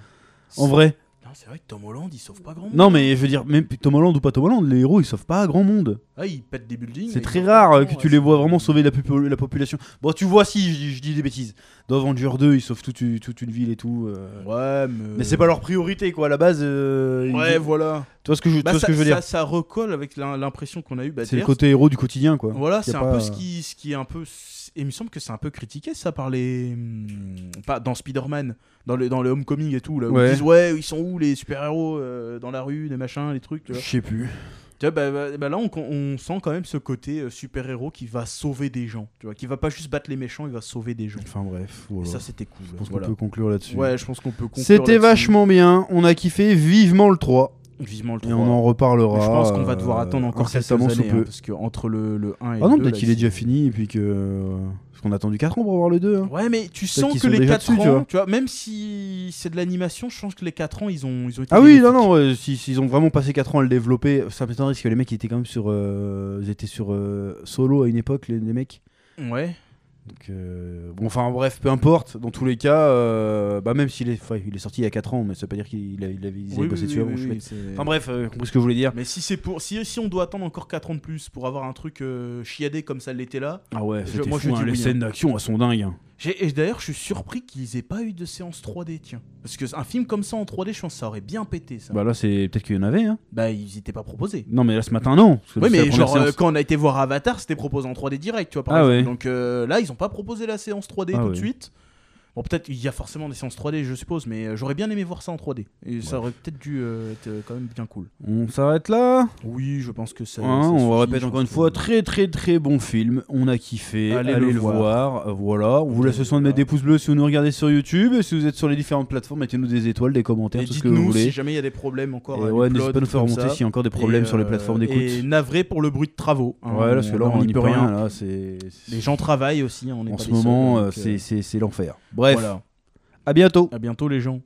En vrai.
Non, c'est vrai que Tom Holland, il sauve pas grand monde.
Non, mais je veux dire, même Tom Holland ou pas Tom Holland, les héros, ils sauvent pas grand monde.
Ah, il pète des buildings.
C'est
mais
très
ils sont
rare euh,
contents,
que tu
ouais,
les
c'est-
vois vraiment sauver la, popu- la population. Bon, tu vois, si je, je dis des bêtises. Dans Avenger 2, ils sauvent toute, une- toute une ville et tout. euh.
Ouais, mais.
Mais c'est pas leur priorité, quoi. À la base, euh, ils-
Ouais, voilà.
tu vois ce que je, tu
Bah,
vois ce
ça,
que je veux
ça-
dire.
ça recolle avec l'im- l'impression qu'on a eu. Bah,
C'est le
d'ailleurs,
côté héros du quotidien, quoi.
Voilà, c'est
a
un
pas-
peu ce qui, ce qui est un peu. Et il me semble que c'est un peu critiqué ça par les. hum, Pas dans Spider-Man, dans le, dans le Homecoming et tout. Là, où
Ouais.
Ils disent ouais, ils sont où les super-héros euh, dans la rue, les machins, les trucs. Tu
Je
vois.
sais plus.
Tu vois, bah, bah, bah, là, on, on sent quand même ce côté euh, super-héros qui va sauver des gens. Tu vois, qui va pas juste battre les méchants, il va sauver des gens.
Enfin bref,
Et
voilà.
ça, c'était cool.
je pense
voilà.
qu'on peut conclure là-dessus.
Ouais, je pense qu'on peut conclure
C'était
là-dessus.
vachement bien, on a kiffé vivement le 3
Vivement le
et
3.
on en reparlera.
Mais je pense qu'on va devoir
euh,
attendre encore quelques
incessamment
années,
sous
hein,
peu.
parce que entre le, le 1
Ah
et le
non,
2...
peut-être
là,
qu'il est
ils-
déjà fini et puis que. euh, Parce qu'on a attendu 4 ans pour voir le 2. hein.
Ouais, mais tu sens
qu'ils
que
sont
les
déjà
4
dessus,
ans,
tu
tu
vois.
vois. même si c'est de l'animation, je pense que les 4 ans, ils ont, ils ont été...
Ah oui,
bénéfiques.
non, non, ouais, si- s'ils ont vraiment passé 4 ans à le développer, ça m'étonnerait parce que les mecs ils étaient quand même sur. euh, ils étaient sur euh, solo à une époque, les, les mecs.
Ouais.
Donc, euh, bon, enfin bref, peu importe, dans tous les cas, euh, bah, même s'il est, enfin, il est sorti il y a 4 ans, mais ça veut pas dire qu'il a- il avait, ils avaient
Oui,
bossé
oui,
dessus
oui,
avant,
oui,
je
oui,
suis bête.
c'est-
Enfin bref, euh, compris ce que je voulais dire.
Mais si c'est pour si, si on doit attendre encore 4 ans de plus pour avoir un truc euh, chiadé comme ça l'était là,
Ah ouais,
Je-
c'était
moi,
fou,
je
hein,
dis
les
oui, hein.
scènes d'action elles sont dingues. hein.
j'ai et d'ailleurs je suis surpris qu'ils aient pas eu de séance 3D, tiens. Parce que un film comme ça en 3D, je pense que ça aurait bien pété ça. Bah,
Bah là c'est peut-être qu'il y en avait. Hein.
ils étaient pas proposés.
Non mais là ce matin non. parce que
Oui,
c'est la
mais
première
genre, euh,
séance.
quand on a été voir Avatar, c'était proposé en 3D direct, tu vois, par
Ah
exemple.
ouais.
Donc euh, là, ils ont pas proposé la séance 3D
Ah
tout
ouais.
de suite. Bon, peut-être il y a forcément des séances 3D, je suppose, mais euh, j'aurais bien aimé voir ça en 3D. Et ça aurait peut-être dû euh, être euh, quand même bien cool.
On s'arrête là.
Oui, je pense que ça.
Hein, on répète encore une fois, très très très bon film. On a kiffé. Allez,
Allez le
le voir. Euh, Voilà. On vous laisse le soin de mettre des pouces bleus si vous nous regardez sur YouTube. Et si vous êtes sur les différentes plateformes, mettez-nous des étoiles, des commentaires,
Et
tout ce que vous
dites-nous si
voulez.
jamais il y a des problèmes
Et
encore. à
ouais,
l'upload,
n'hésitez pas à nous faire
comme
remonter
ça.
s'il y a encore des problèmes
Et,
sur les
euh,
plateformes d'écoute.
Et navré pour le bruit de travaux. hein.
Ouais, là, parce que là,
On-
on
on
n'y
y
peut rien. Là, c'est
Les gens travaillent aussi, hein, on est
en
pas
ce
les seuls,
moment,
donc,
euh,
euh,
c'est c'est- c'est l'enfer. Bref,
voilà.
à bientôt.
À bientôt les gens.